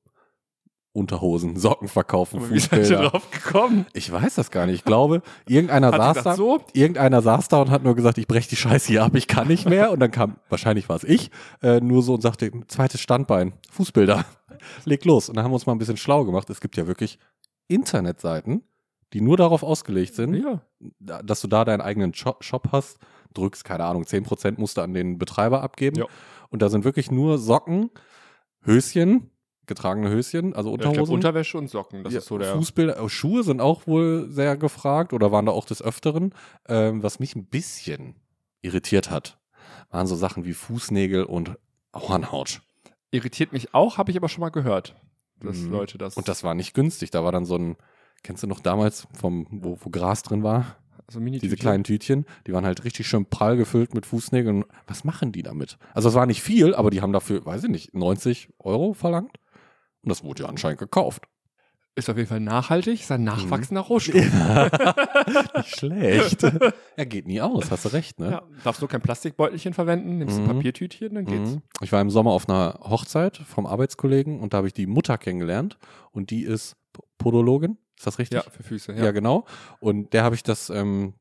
[SPEAKER 1] Unterhosen, Socken verkaufen,
[SPEAKER 2] Aber wie seid ihr
[SPEAKER 1] Fußbäder.
[SPEAKER 2] drauf gekommen?
[SPEAKER 1] Ich weiß das gar nicht. Ich glaube, irgendeiner
[SPEAKER 2] [laughs] Hat sie
[SPEAKER 1] saß
[SPEAKER 2] gesagt,
[SPEAKER 1] da,
[SPEAKER 2] so?
[SPEAKER 1] irgendeiner saß da und hat nur gesagt, ich breche die Scheiße hier ab, ich kann nicht mehr. Und dann kam, wahrscheinlich war es ich, äh, nur so und sagte, zweites Standbein, Fußbilder, [laughs] leg los. Und dann haben wir uns mal ein bisschen schlau gemacht. Es gibt ja wirklich Internetseiten, die nur darauf ausgelegt sind,
[SPEAKER 2] Ja.
[SPEAKER 1] da- dass du da deinen eigenen Sho- Shop hast, drückst, keine Ahnung, 10% musst du an den Betreiber abgeben.
[SPEAKER 2] Ja.
[SPEAKER 1] Und da sind wirklich nur Socken, Höschen, getragene Höschen, also
[SPEAKER 2] Ich glaub,
[SPEAKER 1] Unterhosen.
[SPEAKER 2] Unterwäsche und Socken, das
[SPEAKER 1] Ja,
[SPEAKER 2] ist so der.
[SPEAKER 1] Fußbilder, oh, Schuhe sind auch wohl sehr gefragt oder waren da auch des Öfteren. Ähm, was mich ein bisschen irritiert hat, waren so Sachen wie Fußnägel und Hornhaut.
[SPEAKER 2] Irritiert mich auch, habe ich aber schon mal gehört, dass
[SPEAKER 1] Mhm.
[SPEAKER 2] Leute das.
[SPEAKER 1] Und das war nicht günstig. Da war dann so ein, kennst du noch damals, vom, wo, wo Gras drin war?
[SPEAKER 2] so mini
[SPEAKER 1] Diese kleinen Tütchen, die waren halt richtig schön prall gefüllt mit Fußnägeln. Was machen die damit? Also es war nicht viel, aber die haben dafür, weiß ich nicht, 90 Euro verlangt. Und das wurde ja anscheinend
[SPEAKER 2] [laughs]
[SPEAKER 1] gekauft.
[SPEAKER 2] Ist auf jeden Fall nachhaltig,
[SPEAKER 1] Mhm.
[SPEAKER 2] ist ein nachwachsender Rohstoff.
[SPEAKER 1] nicht schlecht. Er geht nie aus, hast du recht, ne?
[SPEAKER 2] [laughs] Ja, darfst nur kein Plastikbeutelchen verwenden, nimmst
[SPEAKER 1] Mhm.
[SPEAKER 2] ein Papiertütchen, dann geht's.
[SPEAKER 1] Mhm. Ich war im Sommer auf einer Hochzeit vom Arbeitskollegen und da habe ich die Mutter kennengelernt und die ist P- Podologin. Ist das richtig?
[SPEAKER 2] Ja, für Füße.
[SPEAKER 1] Ja,
[SPEAKER 2] Ja.
[SPEAKER 1] genau. Und der habe ich das ähm,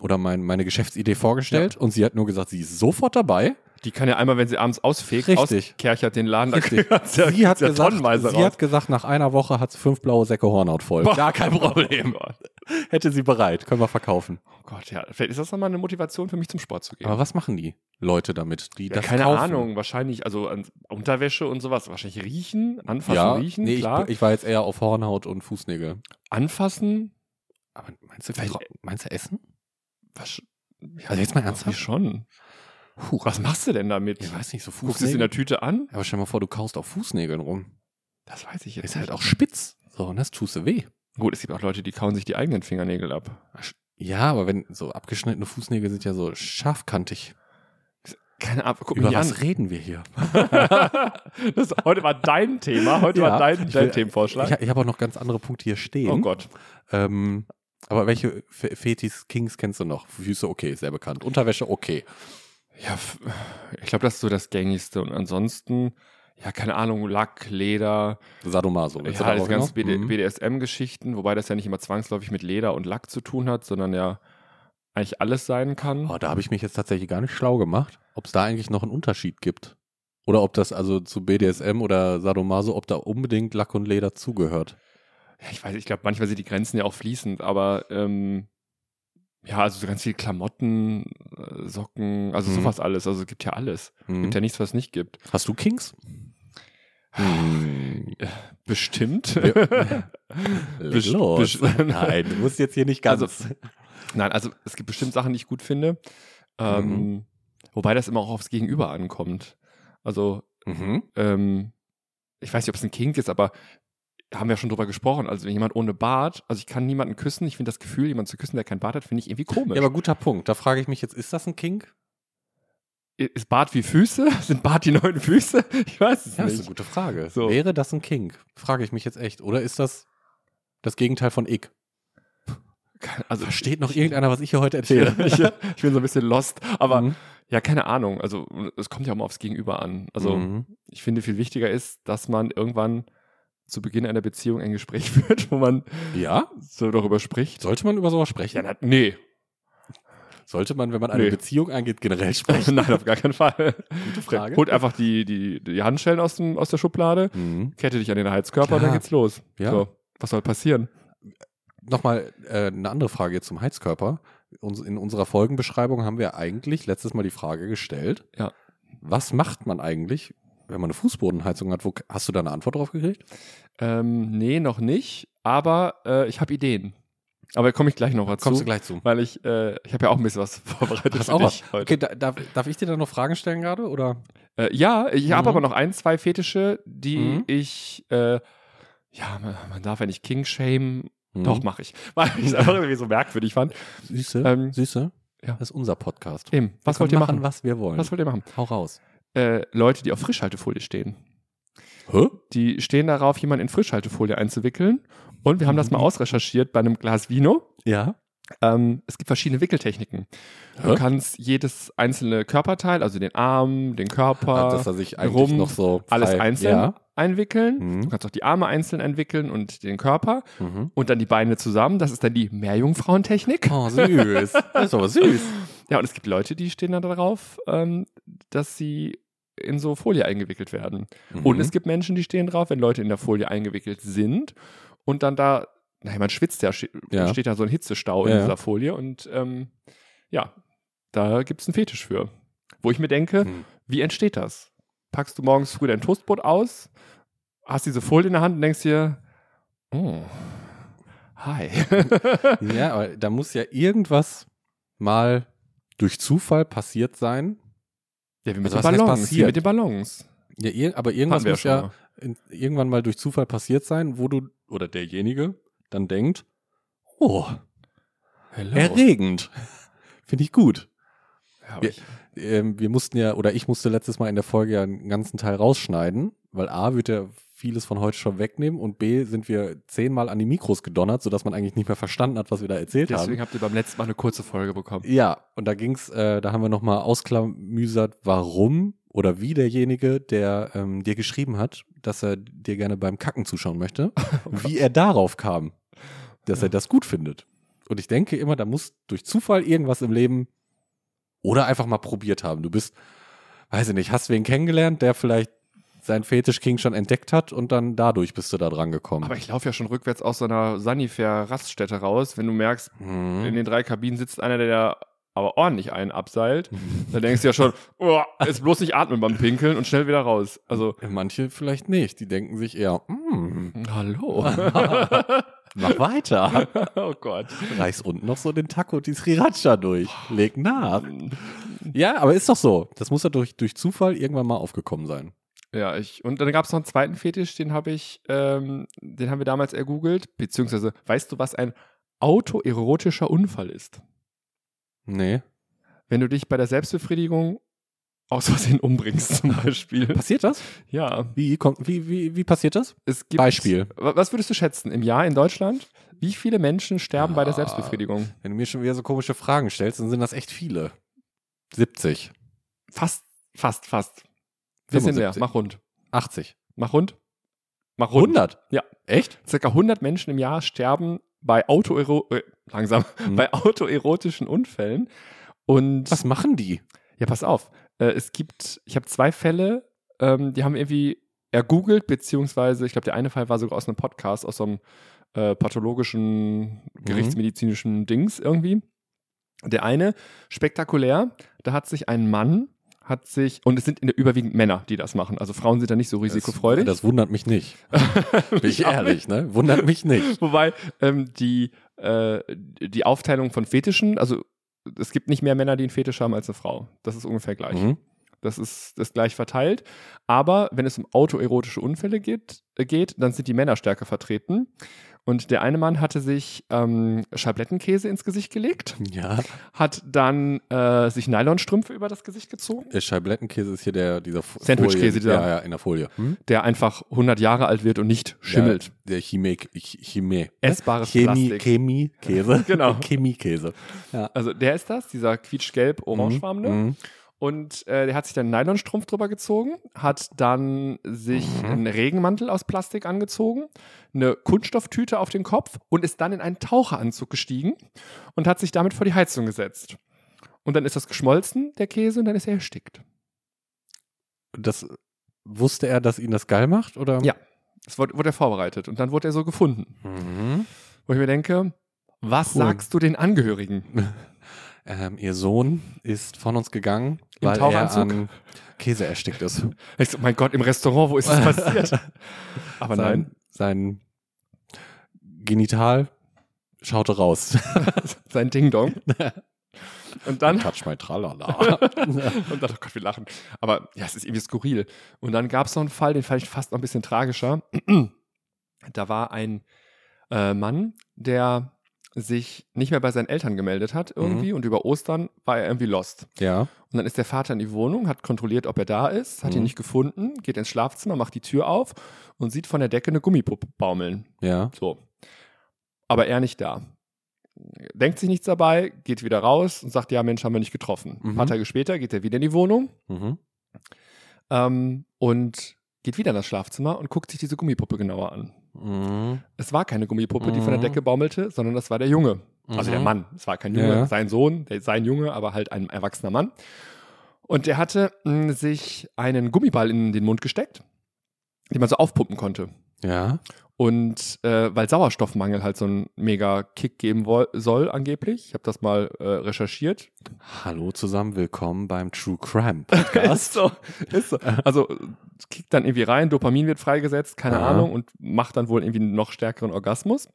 [SPEAKER 1] oder mein, meine Geschäftsidee vorgestellt und sie hat nur gesagt, sie ist sofort dabei.
[SPEAKER 2] Die kann ja einmal, wenn sie abends ausfegt,
[SPEAKER 1] Richtig.
[SPEAKER 2] auskerchert den Laden,
[SPEAKER 1] Richtig.
[SPEAKER 2] [laughs] da hat's ja,
[SPEAKER 1] sie hat
[SPEAKER 2] ja
[SPEAKER 1] gesagt,
[SPEAKER 2] tonnenweise
[SPEAKER 1] sie
[SPEAKER 2] raus.
[SPEAKER 1] hat gesagt, nach einer Woche hat sie fünf blaue Säcke Hornhaut voll.
[SPEAKER 2] Boah.
[SPEAKER 1] Gar kein
[SPEAKER 2] [laughs]
[SPEAKER 1] Problem.
[SPEAKER 2] Oh Gott.
[SPEAKER 1] Hätte sie bereit, können wir verkaufen.
[SPEAKER 2] Oh Gott, ja. Vielleicht ist das nochmal eine Motivation für mich zum Sport zu gehen.
[SPEAKER 1] Aber was machen die Leute damit, die
[SPEAKER 2] ja,
[SPEAKER 1] das
[SPEAKER 2] keine
[SPEAKER 1] kaufen?
[SPEAKER 2] Ahnung, wahrscheinlich, also an Unterwäsche und sowas, wahrscheinlich riechen, anfassen,
[SPEAKER 1] ja,
[SPEAKER 2] riechen,
[SPEAKER 1] nee,
[SPEAKER 2] klar.
[SPEAKER 1] Ich, ich war jetzt eher auf Hornhaut und Fußnägel.
[SPEAKER 2] anfassen,
[SPEAKER 1] Aber meinst du,
[SPEAKER 2] Vielleicht-
[SPEAKER 1] meinst du Essen?
[SPEAKER 2] was, ja,
[SPEAKER 1] Also jetzt mal ernsthaft?
[SPEAKER 2] irgendwie schon.
[SPEAKER 1] Puh,
[SPEAKER 2] Was machst du denn damit?
[SPEAKER 1] Ich weiß nicht, so
[SPEAKER 2] Guckst du es in der
[SPEAKER 1] Fußnägel.
[SPEAKER 2] Tüte an?
[SPEAKER 1] Aber stell mal vor, du kaust auf Fußnägeln rum.
[SPEAKER 2] Das weiß ich
[SPEAKER 1] Ist halt auch spitz. So, und das tust du weh.
[SPEAKER 2] Gut, es gibt auch Leute, die kauen sich die eigenen Fingernägel ab.
[SPEAKER 1] Ja, aber wenn so abgeschnittene Fußnägel sind ja so scharfkantig.
[SPEAKER 2] Keine Ahnung, guck
[SPEAKER 1] Über
[SPEAKER 2] mich
[SPEAKER 1] was
[SPEAKER 2] [laughs] an.
[SPEAKER 1] reden wir hier?
[SPEAKER 2] das, heute war dein Thema, heute
[SPEAKER 1] Ja,
[SPEAKER 2] war dein,
[SPEAKER 1] ich
[SPEAKER 2] dein
[SPEAKER 1] will-
[SPEAKER 2] Themenvorschlag.
[SPEAKER 1] Ich, ich habe auch noch ganz andere Punkte hier stehen.
[SPEAKER 2] oh Gott.
[SPEAKER 1] Ähm, aber welche Fe- Fetis, Kings kennst du noch? Füße, okay, sehr bekannt. Unterwäsche, okay.
[SPEAKER 2] Ja, f- ich glaube, das ist so das Gängigste. Und ansonsten, ja, keine Ahnung, Lack, Leder,
[SPEAKER 1] Sadomaso. willst du
[SPEAKER 2] ja, halt
[SPEAKER 1] darauf hinaus?
[SPEAKER 2] das ganze BD
[SPEAKER 1] Mhm.
[SPEAKER 2] BDSM-Geschichten, wobei das ja nicht immer zwangsläufig mit Leder und Lack zu tun hat, sondern ja eigentlich alles sein kann.
[SPEAKER 1] Oh, da habe ich mich jetzt tatsächlich gar nicht schlau gemacht, ob es da eigentlich noch einen Unterschied gibt. Oder ob das also zu BDSM oder Sadomaso, ob da unbedingt Lack und Leder zugehört.
[SPEAKER 2] Ja, ich weiß, ich glaube, manchmal sind die Grenzen ja auch fließend, aber ähm, ja, also so ganz viel Klamotten, äh, Socken, also
[SPEAKER 1] Mhm.
[SPEAKER 2] sowas alles. Also es gibt ja alles.
[SPEAKER 1] Mhm.
[SPEAKER 2] Gibt ja nichts, was es nicht gibt.
[SPEAKER 1] Hast du Kings? Hm.
[SPEAKER 2] Bestimmt. [laughs]
[SPEAKER 1] Leg
[SPEAKER 2] Best-
[SPEAKER 1] los.
[SPEAKER 2] best- [laughs]
[SPEAKER 1] Nein, du musst jetzt hier nicht ganz.
[SPEAKER 2] Also, Nein, also es gibt bestimmt Sachen, die ich gut finde. Ähm,
[SPEAKER 1] Mhm.
[SPEAKER 2] Wobei das immer auch aufs Gegenüber ankommt. Also,
[SPEAKER 1] mhm.
[SPEAKER 2] ähm, ich weiß nicht, ob es ein Kink ist, aber haben wir ja schon drüber gesprochen. Also, wenn jemand ohne Bart, also ich kann niemanden küssen, ich finde das Gefühl, jemanden zu küssen, der keinen Bart hat, finde ich irgendwie komisch.
[SPEAKER 1] Ja, aber guter Punkt. Da frage ich mich jetzt, ist das ein Kink?
[SPEAKER 2] ist Bart wie Füße? [laughs] Sind Bart die neuen Füße? Ich weiß es
[SPEAKER 1] Ja, das ist eine
[SPEAKER 2] nicht.
[SPEAKER 1] gute Frage.
[SPEAKER 2] So.
[SPEAKER 1] Wäre das ein Kink? Frage ich mich jetzt echt. Oder ist das das Gegenteil von Ick?
[SPEAKER 2] Keine- Also,
[SPEAKER 1] Versteht noch irgendeiner, was ich hier heute
[SPEAKER 2] [laughs] ich,
[SPEAKER 1] erzähle?
[SPEAKER 2] ich, ich bin so ein bisschen lost, aber
[SPEAKER 1] Mhm.
[SPEAKER 2] ja, keine Ahnung. Also, es kommt ja auch mal aufs Gegenüber an. Also,
[SPEAKER 1] Mhm.
[SPEAKER 2] ich finde, viel wichtiger ist, dass man irgendwann zu Beginn einer Beziehung ein Gespräch [laughs] führt, wo man
[SPEAKER 1] ja,
[SPEAKER 2] so darüber spricht.
[SPEAKER 1] sollte man über sowas sprechen?
[SPEAKER 2] Ja, na, nee.
[SPEAKER 1] Sollte man, wenn man eine
[SPEAKER 2] Nee.
[SPEAKER 1] Beziehung eingeht, generell sprechen?
[SPEAKER 2] [laughs] Nein, auf gar keinen Fall.
[SPEAKER 1] Gute Frage.
[SPEAKER 2] Holt einfach die, die, die Handschellen aus, dem, aus der Schublade,
[SPEAKER 1] Mhm.
[SPEAKER 2] kette dich an den Heizkörper und
[SPEAKER 1] Klar.
[SPEAKER 2] dann geht's los.
[SPEAKER 1] Ja.
[SPEAKER 2] So, was soll passieren?
[SPEAKER 1] Nochmal äh, eine andere Frage jetzt zum Heizkörper. Uns, in unserer Folgenbeschreibung haben wir eigentlich letztes Mal die Frage gestellt,
[SPEAKER 2] Ja.
[SPEAKER 1] was macht man eigentlich, wenn man eine Fußbodenheizung hat? Wo, hast du da eine Antwort drauf gekriegt?
[SPEAKER 2] Ähm, nee, noch nicht, aber äh, ich habe Ideen. Aber da komme ich gleich noch dazu.
[SPEAKER 1] Kommst du gleich zu.
[SPEAKER 2] Weil ich, äh, ich habe ja auch ein bisschen was [laughs] vorbereitet
[SPEAKER 1] Hast
[SPEAKER 2] für
[SPEAKER 1] auch
[SPEAKER 2] dich
[SPEAKER 1] was?
[SPEAKER 2] heute.
[SPEAKER 1] Okay, da, darf, darf ich dir da noch Fragen stellen gerade? Oder?
[SPEAKER 2] Äh, ja, ich
[SPEAKER 1] Mhm.
[SPEAKER 2] habe aber noch ein, zwei Fetische, die
[SPEAKER 1] Mhm.
[SPEAKER 2] ich, äh, ja, man, man darf ja nicht King shamen.
[SPEAKER 1] Mhm.
[SPEAKER 2] Doch, mache ich. [laughs] Weil ich es einfach irgendwie so merkwürdig fand.
[SPEAKER 1] Süße,
[SPEAKER 2] Ähm,
[SPEAKER 1] Süße.
[SPEAKER 2] ja.
[SPEAKER 1] Das ist unser Podcast.
[SPEAKER 2] Eben, was
[SPEAKER 1] wir
[SPEAKER 2] wollt ihr
[SPEAKER 1] können
[SPEAKER 2] machen?
[SPEAKER 1] was wir wollen.
[SPEAKER 2] Was wollt ihr machen?
[SPEAKER 1] Hau raus.
[SPEAKER 2] Äh, Leute, die auf Frischhaltefolie stehen.
[SPEAKER 1] Hä?
[SPEAKER 2] Die stehen darauf, jemanden in Frischhaltefolie einzuwickeln. Und wir haben
[SPEAKER 1] Mhm.
[SPEAKER 2] das mal ausrecherchiert bei einem Glas Vino.
[SPEAKER 1] Ja.
[SPEAKER 2] Ähm, es gibt verschiedene Wickeltechniken. Du
[SPEAKER 1] Hä?
[SPEAKER 2] kannst jedes einzelne Körperteil, also den Arm, den Körper,
[SPEAKER 1] Dass er sich eigentlich
[SPEAKER 2] Rumpf,
[SPEAKER 1] noch so
[SPEAKER 2] alles
[SPEAKER 1] Ah, frei-
[SPEAKER 2] einzeln
[SPEAKER 1] Ja.
[SPEAKER 2] einwickeln.
[SPEAKER 1] Mhm.
[SPEAKER 2] Du kannst auch die Arme einzeln einwickeln und den Körper
[SPEAKER 1] Mhm.
[SPEAKER 2] und dann die Beine zusammen. Das ist dann die Meerjungfrauentechnik.
[SPEAKER 1] Oh, süß. [laughs] das ist aber süß.
[SPEAKER 2] Ja, und es gibt Leute, die stehen dann darauf, ähm, dass sie in so Folie eingewickelt werden. Und
[SPEAKER 1] Mhm.
[SPEAKER 2] es gibt Menschen, die stehen drauf, wenn Leute in der Folie eingewickelt sind und dann da, naja, man schwitzt ja, steht
[SPEAKER 1] Ja.
[SPEAKER 2] steht da so ein Hitzestau
[SPEAKER 1] Ja,
[SPEAKER 2] in
[SPEAKER 1] ja.
[SPEAKER 2] dieser Folie und ähm, ja, da gibt es einen Fetisch für. Wo ich mir denke,
[SPEAKER 1] Hm.
[SPEAKER 2] wie entsteht das? Packst du morgens früh dein Toastbrot aus, hast diese Folie in der Hand und denkst dir, oh, [laughs] hi. Also
[SPEAKER 1] Ja, aber da muss ja irgendwas mal durch Zufall passiert sein.
[SPEAKER 2] ja, wie
[SPEAKER 1] Also was heißt
[SPEAKER 2] wie
[SPEAKER 1] passiert?
[SPEAKER 2] mit den Ballons.
[SPEAKER 1] Ja, ir aber irgendwas
[SPEAKER 2] Hatten wir
[SPEAKER 1] muss
[SPEAKER 2] schon
[SPEAKER 1] ja
[SPEAKER 2] mal.
[SPEAKER 1] in, irgendwann mal durch Zufall passiert sein, wo du oder derjenige dann denkt, oh,
[SPEAKER 2] Hello.
[SPEAKER 1] erregend. [laughs] Finde ich gut.
[SPEAKER 2] Ja, aber ich,
[SPEAKER 1] ähm, wir mussten ja, oder ich musste letztes Mal in der Folge ja einen ganzen Teil rausschneiden, weil A wird ja vieles von heute schon wegnehmen und B sind wir zehnmal an die Mikros gedonnert, sodass man eigentlich nicht mehr verstanden hat, was wir da erzählt haben.
[SPEAKER 2] deswegen habt ihr beim letzten Mal eine kurze Folge bekommen.
[SPEAKER 1] Ja, und da ging's, äh, da haben wir nochmal ausklamüsert, warum oder wie derjenige, der ähm, dir geschrieben hat, dass er dir gerne beim Kacken zuschauen
[SPEAKER 2] [laughs]
[SPEAKER 1] möchte, wie er darauf kam, dass er das gut findet. Und ich denke immer, da muss durch Zufall irgendwas im Leben oder einfach mal probiert haben. Du bist, weiß ich nicht, hast wen kennengelernt, der vielleicht seinen Fetisch King schon entdeckt hat und dann dadurch bist du da dran gekommen.
[SPEAKER 2] Aber ich laufe ja schon rückwärts aus so einer Sanifair-Raststätte raus. Wenn du merkst, in
[SPEAKER 1] hm.
[SPEAKER 2] den drei Kabinen sitzt einer, der da aber ordentlich einen abseilt, dann denkst du
[SPEAKER 1] [laughs]
[SPEAKER 2] ja schon, oh, ist bloß nicht atmen beim Pinkeln und schnell wieder raus. Also,
[SPEAKER 1] Manche vielleicht nicht. Die denken sich eher, hm,
[SPEAKER 2] hallo.
[SPEAKER 1] mach weiter.
[SPEAKER 2] [laughs] oh Gott.
[SPEAKER 1] reiß unten noch so den Taco, die Sriracha durch. Leg nach. Ja, aber ist doch so. Das muss ja durch, durch Zufall irgendwann mal aufgekommen sein.
[SPEAKER 2] Ja, ich, und dann gab es noch einen zweiten Fetisch, den habe ich, ähm, den haben wir damals ergoogelt, beziehungsweise, weißt du, was ein autoerotischer Unfall ist?
[SPEAKER 1] Nee.
[SPEAKER 2] Wenn du dich bei der Selbstbefriedigung aus Versehen umbringst, zum
[SPEAKER 1] [laughs]
[SPEAKER 2] Beispiel.
[SPEAKER 1] Passiert das?
[SPEAKER 2] Ja.
[SPEAKER 1] Wie, kommt, wie, wie, wie passiert das?
[SPEAKER 2] Es gibt,
[SPEAKER 1] Beispiel.
[SPEAKER 2] Wa- Was würdest du schätzen im Jahr in Deutschland? Wie viele Menschen sterben bei der
[SPEAKER 1] Ah.
[SPEAKER 2] Selbstbefriedigung?
[SPEAKER 1] Wenn du mir schon wieder so komische Fragen stellst, dann sind das echt viele. 70,
[SPEAKER 2] Fast, fast, fast. Bisschen mehr.
[SPEAKER 1] 75.
[SPEAKER 2] Mach rund.
[SPEAKER 1] 80,
[SPEAKER 2] Mach rund. Mach rund.
[SPEAKER 1] 100.
[SPEAKER 2] Ja.
[SPEAKER 1] Echt?
[SPEAKER 2] Circa 100 Menschen im Jahr sterben bei Autoero äh, langsam
[SPEAKER 1] Mhm.
[SPEAKER 2] bei autoerotischen Unfällen. Und
[SPEAKER 1] Was machen die?
[SPEAKER 2] ja, pass auf. Äh, es gibt, ich habe zwei Fälle, ähm, die haben irgendwie ergoogelt, beziehungsweise, ich glaube, der eine Fall war sogar aus einem Podcast, aus so einem äh,
[SPEAKER 1] Mhm.
[SPEAKER 2] pathologischen, gerichtsmedizinischen Dings irgendwie. Der eine, spektakulär, da hat sich ein Mann, hat sich, und es sind in der überwiegend Männer, die das machen. Also Frauen sind da nicht so risikofreudig.
[SPEAKER 1] Das, das wundert mich [laughs] nicht. Bin ich ehrlich, ne? Wundert mich nicht.
[SPEAKER 2] Wobei ähm, die, äh, die Aufteilung von Fetischen, also es gibt nicht mehr Männer, die einen Fetisch haben als eine Frau. Das ist ungefähr gleich.
[SPEAKER 1] Mhm.
[SPEAKER 2] Das ist, das ist gleich verteilt. Aber wenn es um autoerotische Unfälle geht, äh, geht, dann sind die Männer stärker vertreten. Und der eine Mann hatte sich ähm, Schablettenkäse ins Gesicht gelegt,
[SPEAKER 1] Ja.
[SPEAKER 2] hat dann äh, sich Nylonstrümpfe über das Gesicht gezogen,
[SPEAKER 1] Äh, Scheiblettenkäse ist hier der, dieser Fo-
[SPEAKER 2] Sandwichkäse,
[SPEAKER 1] Folie.
[SPEAKER 2] dieser-
[SPEAKER 1] Ja, ja, in der Folie. Hm?
[SPEAKER 2] der einfach 100 Jahre alt wird und nicht schimmelt.
[SPEAKER 1] Ja, der Chimie, Ch- Chimie.
[SPEAKER 2] Essbares
[SPEAKER 1] Chemie,
[SPEAKER 2] Plastik.
[SPEAKER 1] Chemie-Käse. [laughs]
[SPEAKER 2] [laughs] Genau.
[SPEAKER 1] Chemie-Käse.
[SPEAKER 2] Also der ist das, dieser quietschgelb-orangefarbene.
[SPEAKER 1] Mhm.
[SPEAKER 2] Und äh, der hat sich dann einen Nylonstrumpf drüber gezogen, hat dann sich einen Regenmantel aus Plastik angezogen, eine Kunststofftüte auf den Kopf und ist dann in einen Taucheranzug gestiegen und hat sich damit vor die Heizung gesetzt. Und dann ist das geschmolzen, der Käse, und dann ist er erstickt.
[SPEAKER 1] Das wusste er, dass ihn das geil macht, oder?
[SPEAKER 2] Ja. Das wurde, wurde er vorbereitet und dann wurde er so gefunden.
[SPEAKER 1] Mhm.
[SPEAKER 2] Wo ich mir denke, was
[SPEAKER 1] Cool.
[SPEAKER 2] sagst du den Angehörigen?
[SPEAKER 1] Ähm, ihr Sohn ist von uns gegangen,
[SPEAKER 2] Im
[SPEAKER 1] weil er
[SPEAKER 2] Taucheranzug?
[SPEAKER 1] an Käse erstickt ist.
[SPEAKER 2] Ich so, mein Gott, im Restaurant, wo ist das passiert? Aber nein,
[SPEAKER 1] sein, sein Genital schaute raus.
[SPEAKER 2] Sein Ding-Dong. Und [laughs] dann
[SPEAKER 1] Touch my
[SPEAKER 2] [laughs]
[SPEAKER 1] tralala.
[SPEAKER 2] Und dann, oh Gott, wir lachen. Aber ja, es ist irgendwie skurril. Und dann gab es noch einen Fall, den fand ich fast noch ein bisschen tragischer. [clears throat] Da war ein äh, Mann, der sich nicht mehr bei seinen Eltern gemeldet hat irgendwie und über Ostern war er irgendwie lost.
[SPEAKER 1] ja.
[SPEAKER 2] Und dann ist der Vater in die Wohnung, hat kontrolliert, ob er da ist, hat ihn
[SPEAKER 1] Mhm.
[SPEAKER 2] nicht gefunden, geht ins Schlafzimmer, macht die Tür auf und sieht von der Decke eine Gummipuppe baumeln.
[SPEAKER 1] Ja.
[SPEAKER 2] So. Aber er nicht da. Denkt sich nichts dabei, geht wieder raus und sagt, ja Mensch, haben wir nicht getroffen.
[SPEAKER 1] Mhm.
[SPEAKER 2] Ein paar Tage später geht er wieder in die Wohnung
[SPEAKER 1] Mhm.
[SPEAKER 2] ähm, und geht wieder in das Schlafzimmer und guckt sich diese Gummipuppe genauer an.
[SPEAKER 1] Mhm.
[SPEAKER 2] Es war keine Gummipuppe, die von der
[SPEAKER 1] Mhm.
[SPEAKER 2] Decke baumelte, sondern das war der Junge. Also
[SPEAKER 1] Mhm.
[SPEAKER 2] der Mann. Es war kein Junge,
[SPEAKER 1] Ja.
[SPEAKER 2] sein Sohn, der, sein Junge, aber halt ein erwachsener Mann. Und der hatte mh, sich einen Gummiball in den Mund gesteckt, den man so aufpumpen konnte.
[SPEAKER 1] Ja.
[SPEAKER 2] Und äh, weil Sauerstoffmangel halt so einen mega Kick geben woll- soll, angeblich. Ich habe das mal äh, recherchiert.
[SPEAKER 1] Hallo zusammen, willkommen beim True Crime Podcast.
[SPEAKER 2] [laughs] Ist so, ist so. Also äh, kickt dann irgendwie rein, Dopamin wird freigesetzt, keine
[SPEAKER 1] Aha.
[SPEAKER 2] Ahnung, und macht dann wohl irgendwie einen noch stärkeren Orgasmus.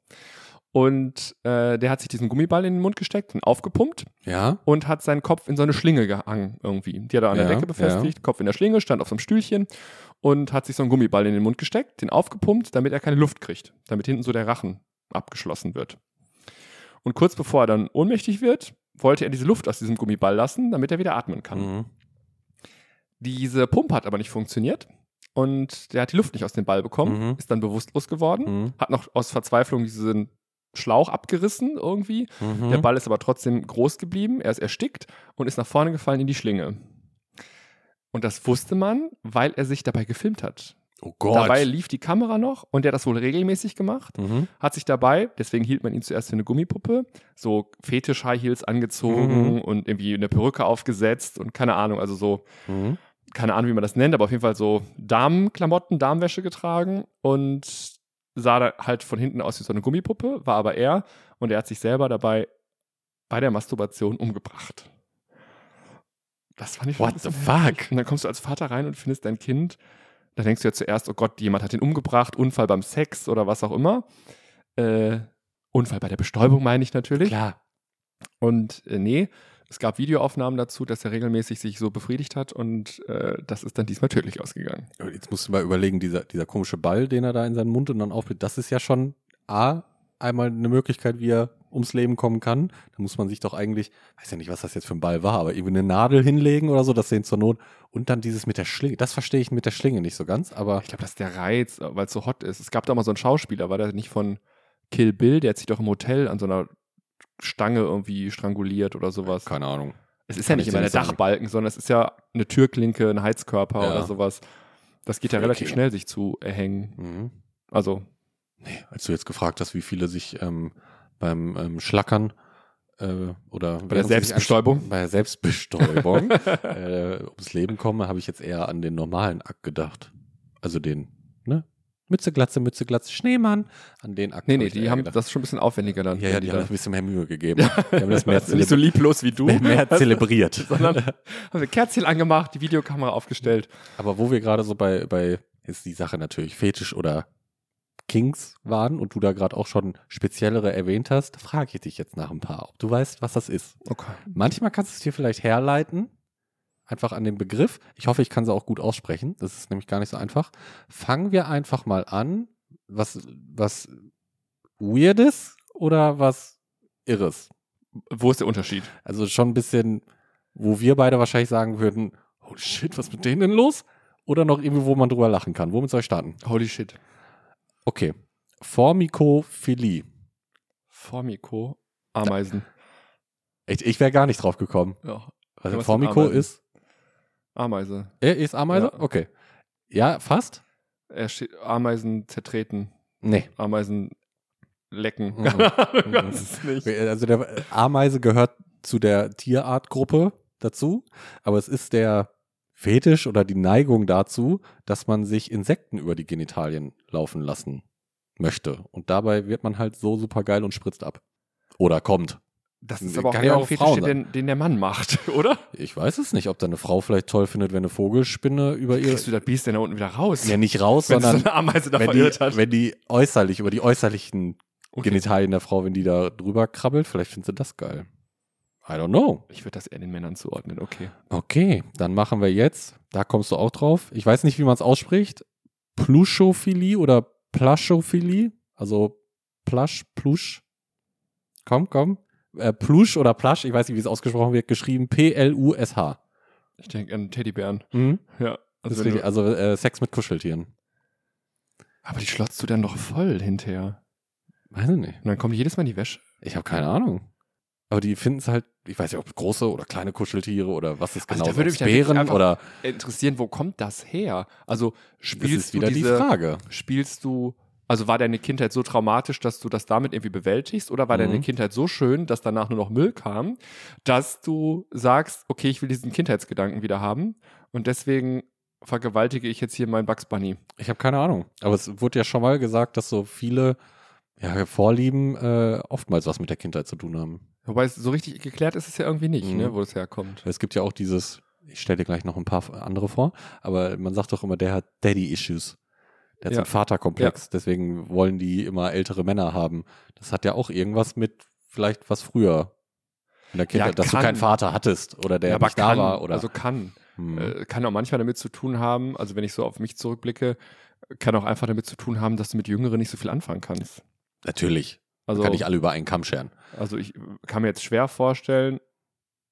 [SPEAKER 2] Und äh, der hat sich diesen Gummiball in den Mund gesteckt und aufgepumpt
[SPEAKER 1] ja.
[SPEAKER 2] und hat seinen Kopf in so eine Schlinge gehangen irgendwie. Die hat er an der
[SPEAKER 1] Ja,
[SPEAKER 2] Decke befestigt, Kopf in der Schlinge, stand auf so einem Stühlchen und hat sich so einen Gummiball in den Mund gesteckt, den aufgepumpt, damit er keine Luft kriegt, damit hinten so der Rachen abgeschlossen wird. Und kurz bevor er dann ohnmächtig wird, wollte er diese Luft aus diesem Gummiball lassen, damit er wieder atmen kann.
[SPEAKER 1] Mhm.
[SPEAKER 2] Diese Pumpe hat aber nicht funktioniert und der hat die Luft nicht aus dem Ball bekommen,
[SPEAKER 1] Mhm.
[SPEAKER 2] ist dann bewusstlos geworden,
[SPEAKER 1] Mhm.
[SPEAKER 2] hat noch aus Verzweiflung diesen Schlauch abgerissen irgendwie.
[SPEAKER 1] Mhm.
[SPEAKER 2] Der Ball ist aber trotzdem groß geblieben, er ist erstickt und ist nach vorne gefallen in die Schlinge. Und das wusste man, weil er sich dabei gefilmt hat.
[SPEAKER 1] oh Gott.
[SPEAKER 2] Dabei lief die Kamera noch und der hat das wohl regelmäßig gemacht.
[SPEAKER 1] mhm.
[SPEAKER 2] Hat sich dabei, deswegen hielt man ihn zuerst für eine Gummipuppe, so Fetisch-High Heels angezogen
[SPEAKER 1] Mhm.
[SPEAKER 2] und irgendwie eine Perücke aufgesetzt und keine Ahnung, also so
[SPEAKER 1] Mhm.
[SPEAKER 2] keine Ahnung, wie man das nennt, aber auf jeden Fall so Damenklamotten, Damenwäsche getragen und sah da halt von hinten aus wie so eine Gummipuppe, war aber er und er hat sich selber dabei bei der Masturbation umgebracht. Das fand ich schon ein
[SPEAKER 1] What the
[SPEAKER 2] bisschen-
[SPEAKER 1] fuck?
[SPEAKER 2] Und dann kommst du als Vater rein und findest dein Kind. Da denkst du ja zuerst, oh Gott, jemand hat ihn umgebracht, Unfall beim Sex oder was auch immer. Äh, Unfall bei der Bestäubung meine ich natürlich.
[SPEAKER 1] Klar.
[SPEAKER 2] Und äh, nee, es gab Videoaufnahmen dazu, dass er regelmäßig sich so befriedigt hat und äh, das ist dann diesmal tödlich ausgegangen.
[SPEAKER 1] Jetzt musst du mal überlegen, dieser, dieser komische Ball, den er da in seinen Mund und dann aufbläht, das ist ja schon A, einmal eine Möglichkeit, wie er ums Leben kommen kann. Da muss man sich doch eigentlich, weiß ja nicht, was das jetzt für ein Ball war, aber irgendwie eine Nadel hinlegen oder so, das sehen zur Not. Und dann dieses mit der Schlinge. Das verstehe ich mit der Schlinge nicht so ganz, aber
[SPEAKER 2] Ich glaube, das ist der Reiz, äh, weil es so hot ist. Es gab da mal so einen Schauspieler, war der nicht von Kill Bill, der hat sich doch im Hotel an so einer Stange irgendwie stranguliert oder sowas.
[SPEAKER 1] keine Ahnung.
[SPEAKER 2] Es ist ja
[SPEAKER 1] Kann
[SPEAKER 2] nicht
[SPEAKER 1] ich
[SPEAKER 2] immer
[SPEAKER 1] dir nicht
[SPEAKER 2] der
[SPEAKER 1] sagen.
[SPEAKER 2] Dachbalken, sondern es ist ja eine Türklinke, ein Heizkörper
[SPEAKER 1] Ja.
[SPEAKER 2] oder sowas. Das geht ja
[SPEAKER 1] Freaky.
[SPEAKER 2] relativ schnell, sich zu erhängen.
[SPEAKER 1] Mhm.
[SPEAKER 2] Also,
[SPEAKER 1] Als du jetzt gefragt hast, wie viele sich ähm, beim ähm, Schlackern äh, oder
[SPEAKER 2] Bei
[SPEAKER 1] während
[SPEAKER 2] der
[SPEAKER 1] sie sich
[SPEAKER 2] Selbstbestäubung?
[SPEAKER 1] ansch- Bei der Selbstbestäubung [laughs] äh, ums Leben kommen, habe ich jetzt eher an den normalen Akt gedacht. Also den, ne? Mütze, Glatze, Mütze, Glatze, Schneemann. An den Akt.
[SPEAKER 2] nee,
[SPEAKER 1] hab
[SPEAKER 2] nee,
[SPEAKER 1] ich
[SPEAKER 2] die
[SPEAKER 1] eher
[SPEAKER 2] haben
[SPEAKER 1] gedacht.
[SPEAKER 2] das ist schon ein bisschen aufwendiger dann.
[SPEAKER 1] Ja, ja,
[SPEAKER 2] wenn
[SPEAKER 1] die
[SPEAKER 2] da-
[SPEAKER 1] haben das ein bisschen mehr Mühe gegeben.
[SPEAKER 2] [laughs]
[SPEAKER 1] Die haben das mehr,
[SPEAKER 2] nicht so
[SPEAKER 1] zelebri-
[SPEAKER 2] lieblos wie du.
[SPEAKER 1] mehr, mehr
[SPEAKER 2] [laughs]
[SPEAKER 1] zelebriert.
[SPEAKER 2] sondern [laughs] haben wir Kerzchen angemacht, die Videokamera aufgestellt.
[SPEAKER 1] Aber wo wir gerade so bei, bei, ist die Sache natürlich Fetisch oder Kings waren und du da gerade auch schon speziellere erwähnt hast, frage ich dich jetzt nach ein paar, ob du weißt, was das ist.
[SPEAKER 2] Okay.
[SPEAKER 1] Manchmal kannst du es dir vielleicht herleiten, einfach an dem Begriff. Ich hoffe, ich kann sie auch gut aussprechen. Das ist nämlich gar nicht so einfach. Fangen wir einfach mal an, was, was Weirdes oder was Irres?
[SPEAKER 2] Wo ist der Unterschied?
[SPEAKER 1] Also schon ein bisschen, wo wir beide wahrscheinlich sagen würden, oh shit, was ist mit denen denn los? Oder noch irgendwie, wo man drüber lachen kann. Womit soll ich starten?
[SPEAKER 2] Holy shit.
[SPEAKER 1] Okay. Formikophilie.
[SPEAKER 2] Formiko, Ameisen.
[SPEAKER 1] Ich, ich wäre gar nicht drauf gekommen.
[SPEAKER 2] Ja.
[SPEAKER 1] Also
[SPEAKER 2] Was sind
[SPEAKER 1] Formiko
[SPEAKER 2] Ameisen?
[SPEAKER 1] ist,
[SPEAKER 2] Ameise.
[SPEAKER 1] äh, ist Ameise?
[SPEAKER 2] Ja.
[SPEAKER 1] Okay. Ja, fast?
[SPEAKER 2] Er steht, Ameisen zertreten.
[SPEAKER 1] Nee.
[SPEAKER 2] Ameisen lecken. [laughs]
[SPEAKER 1] Mhm.
[SPEAKER 2] Du kannst es nicht.
[SPEAKER 1] Also der Ameise gehört zu der Tierartgruppe dazu, aber es ist der Fetisch oder die Neigung dazu, dass man sich Insekten über die Genitalien laufen lassen möchte. Und dabei wird man halt so super geil und spritzt ab. Oder kommt.
[SPEAKER 2] Das
[SPEAKER 1] ist
[SPEAKER 2] ist
[SPEAKER 1] aber auch
[SPEAKER 2] aber auch
[SPEAKER 1] eher
[SPEAKER 2] der
[SPEAKER 1] ein
[SPEAKER 2] Fetisch,
[SPEAKER 1] Frauen-
[SPEAKER 2] den, den der Mann macht, [laughs] oder?
[SPEAKER 1] Ich weiß es nicht, ob deine Frau vielleicht toll findet, wenn eine Vogelspinne über ihr.
[SPEAKER 2] Kriegst du das Biest denn da unten wieder raus?
[SPEAKER 1] Ja, nicht raus,
[SPEAKER 2] [laughs] wenn es
[SPEAKER 1] [laughs]
[SPEAKER 2] so
[SPEAKER 1] sondern
[SPEAKER 2] eine Ameise da
[SPEAKER 1] wenn die,
[SPEAKER 2] verirrt hat.
[SPEAKER 1] wenn die äußerlich, über die äußerlichen
[SPEAKER 2] Okay.
[SPEAKER 1] Genitalien der Frau, wenn die da drüber krabbelt. Vielleicht findet sie das geil. I don't know.
[SPEAKER 2] Ich würde das eher den Männern zuordnen, okay.
[SPEAKER 1] Okay, dann machen wir jetzt, da kommst du auch drauf. Ich weiß nicht, wie man es ausspricht. Pluschophilie oder Plaschophilie? Also Plasch, Plusch. Komm, komm. Äh, Plusch oder Plasch, ich weiß nicht, wie es ausgesprochen wird, geschrieben P-L-U-S-H.
[SPEAKER 2] Ich denke an Teddybären.
[SPEAKER 1] Mhm.
[SPEAKER 2] Ja.
[SPEAKER 1] Also,
[SPEAKER 2] Also
[SPEAKER 1] ist
[SPEAKER 2] wenn
[SPEAKER 1] richtig,
[SPEAKER 2] du,
[SPEAKER 1] also äh, Sex mit Kuscheltieren.
[SPEAKER 2] aber die schlotzt du dann doch voll hinterher.
[SPEAKER 1] Weiß ich nicht.
[SPEAKER 2] Und dann kommt jedes Mal in die Wäsche.
[SPEAKER 1] Ich habe keine Ahnung. Aber die finden es halt, ich weiß nicht, ob große oder kleine Kuscheltiere oder was ist
[SPEAKER 2] Also
[SPEAKER 1] genau
[SPEAKER 2] da würde
[SPEAKER 1] also
[SPEAKER 2] mich dann wirklich
[SPEAKER 1] Bären
[SPEAKER 2] einfach-
[SPEAKER 1] oder
[SPEAKER 2] Interessieren, wo kommt das her? Also
[SPEAKER 1] das
[SPEAKER 2] spielst
[SPEAKER 1] ist wieder
[SPEAKER 2] du
[SPEAKER 1] die
[SPEAKER 2] diese,
[SPEAKER 1] Frage.
[SPEAKER 2] spielst du, also war deine Kindheit so traumatisch, dass du das damit irgendwie bewältigst oder war
[SPEAKER 1] Mhm.
[SPEAKER 2] deine Kindheit so schön, dass danach nur noch Müll kam, dass du sagst, okay, ich will diesen Kindheitsgedanken wieder haben und deswegen vergewaltige ich jetzt hier meinen Bugs Bunny.
[SPEAKER 1] Ich habe keine Ahnung. Aber es wurde ja schon mal gesagt, dass so viele ja, Vorlieben äh, oftmals was mit der Kindheit zu tun haben.
[SPEAKER 2] Wobei es so richtig geklärt ist es ja irgendwie nicht,
[SPEAKER 1] Mhm.
[SPEAKER 2] ne, wo es herkommt.
[SPEAKER 1] Es gibt ja auch dieses, ich stelle dir gleich noch ein paar andere vor, aber man sagt doch immer, der hat Daddy-Issues. Der hat so
[SPEAKER 2] Ja.
[SPEAKER 1] einen Vaterkomplex, deswegen wollen die immer ältere Männer haben. Das hat ja auch irgendwas mit vielleicht was früher in der Kindheit, dass
[SPEAKER 2] kann.
[SPEAKER 1] du keinen Vater hattest oder der nicht da
[SPEAKER 2] kann,
[SPEAKER 1] war oder
[SPEAKER 2] also kann.
[SPEAKER 1] hm.
[SPEAKER 2] Äh, kann auch manchmal damit zu tun haben, also wenn ich so auf mich zurückblicke, kann auch einfach damit zu tun haben, dass du mit Jüngeren nicht so viel anfangen kannst.
[SPEAKER 1] natürlich
[SPEAKER 2] Also
[SPEAKER 1] kann ich alle über einen Kamm scheren.
[SPEAKER 2] Also ich äh, kann mir jetzt schwer vorstellen,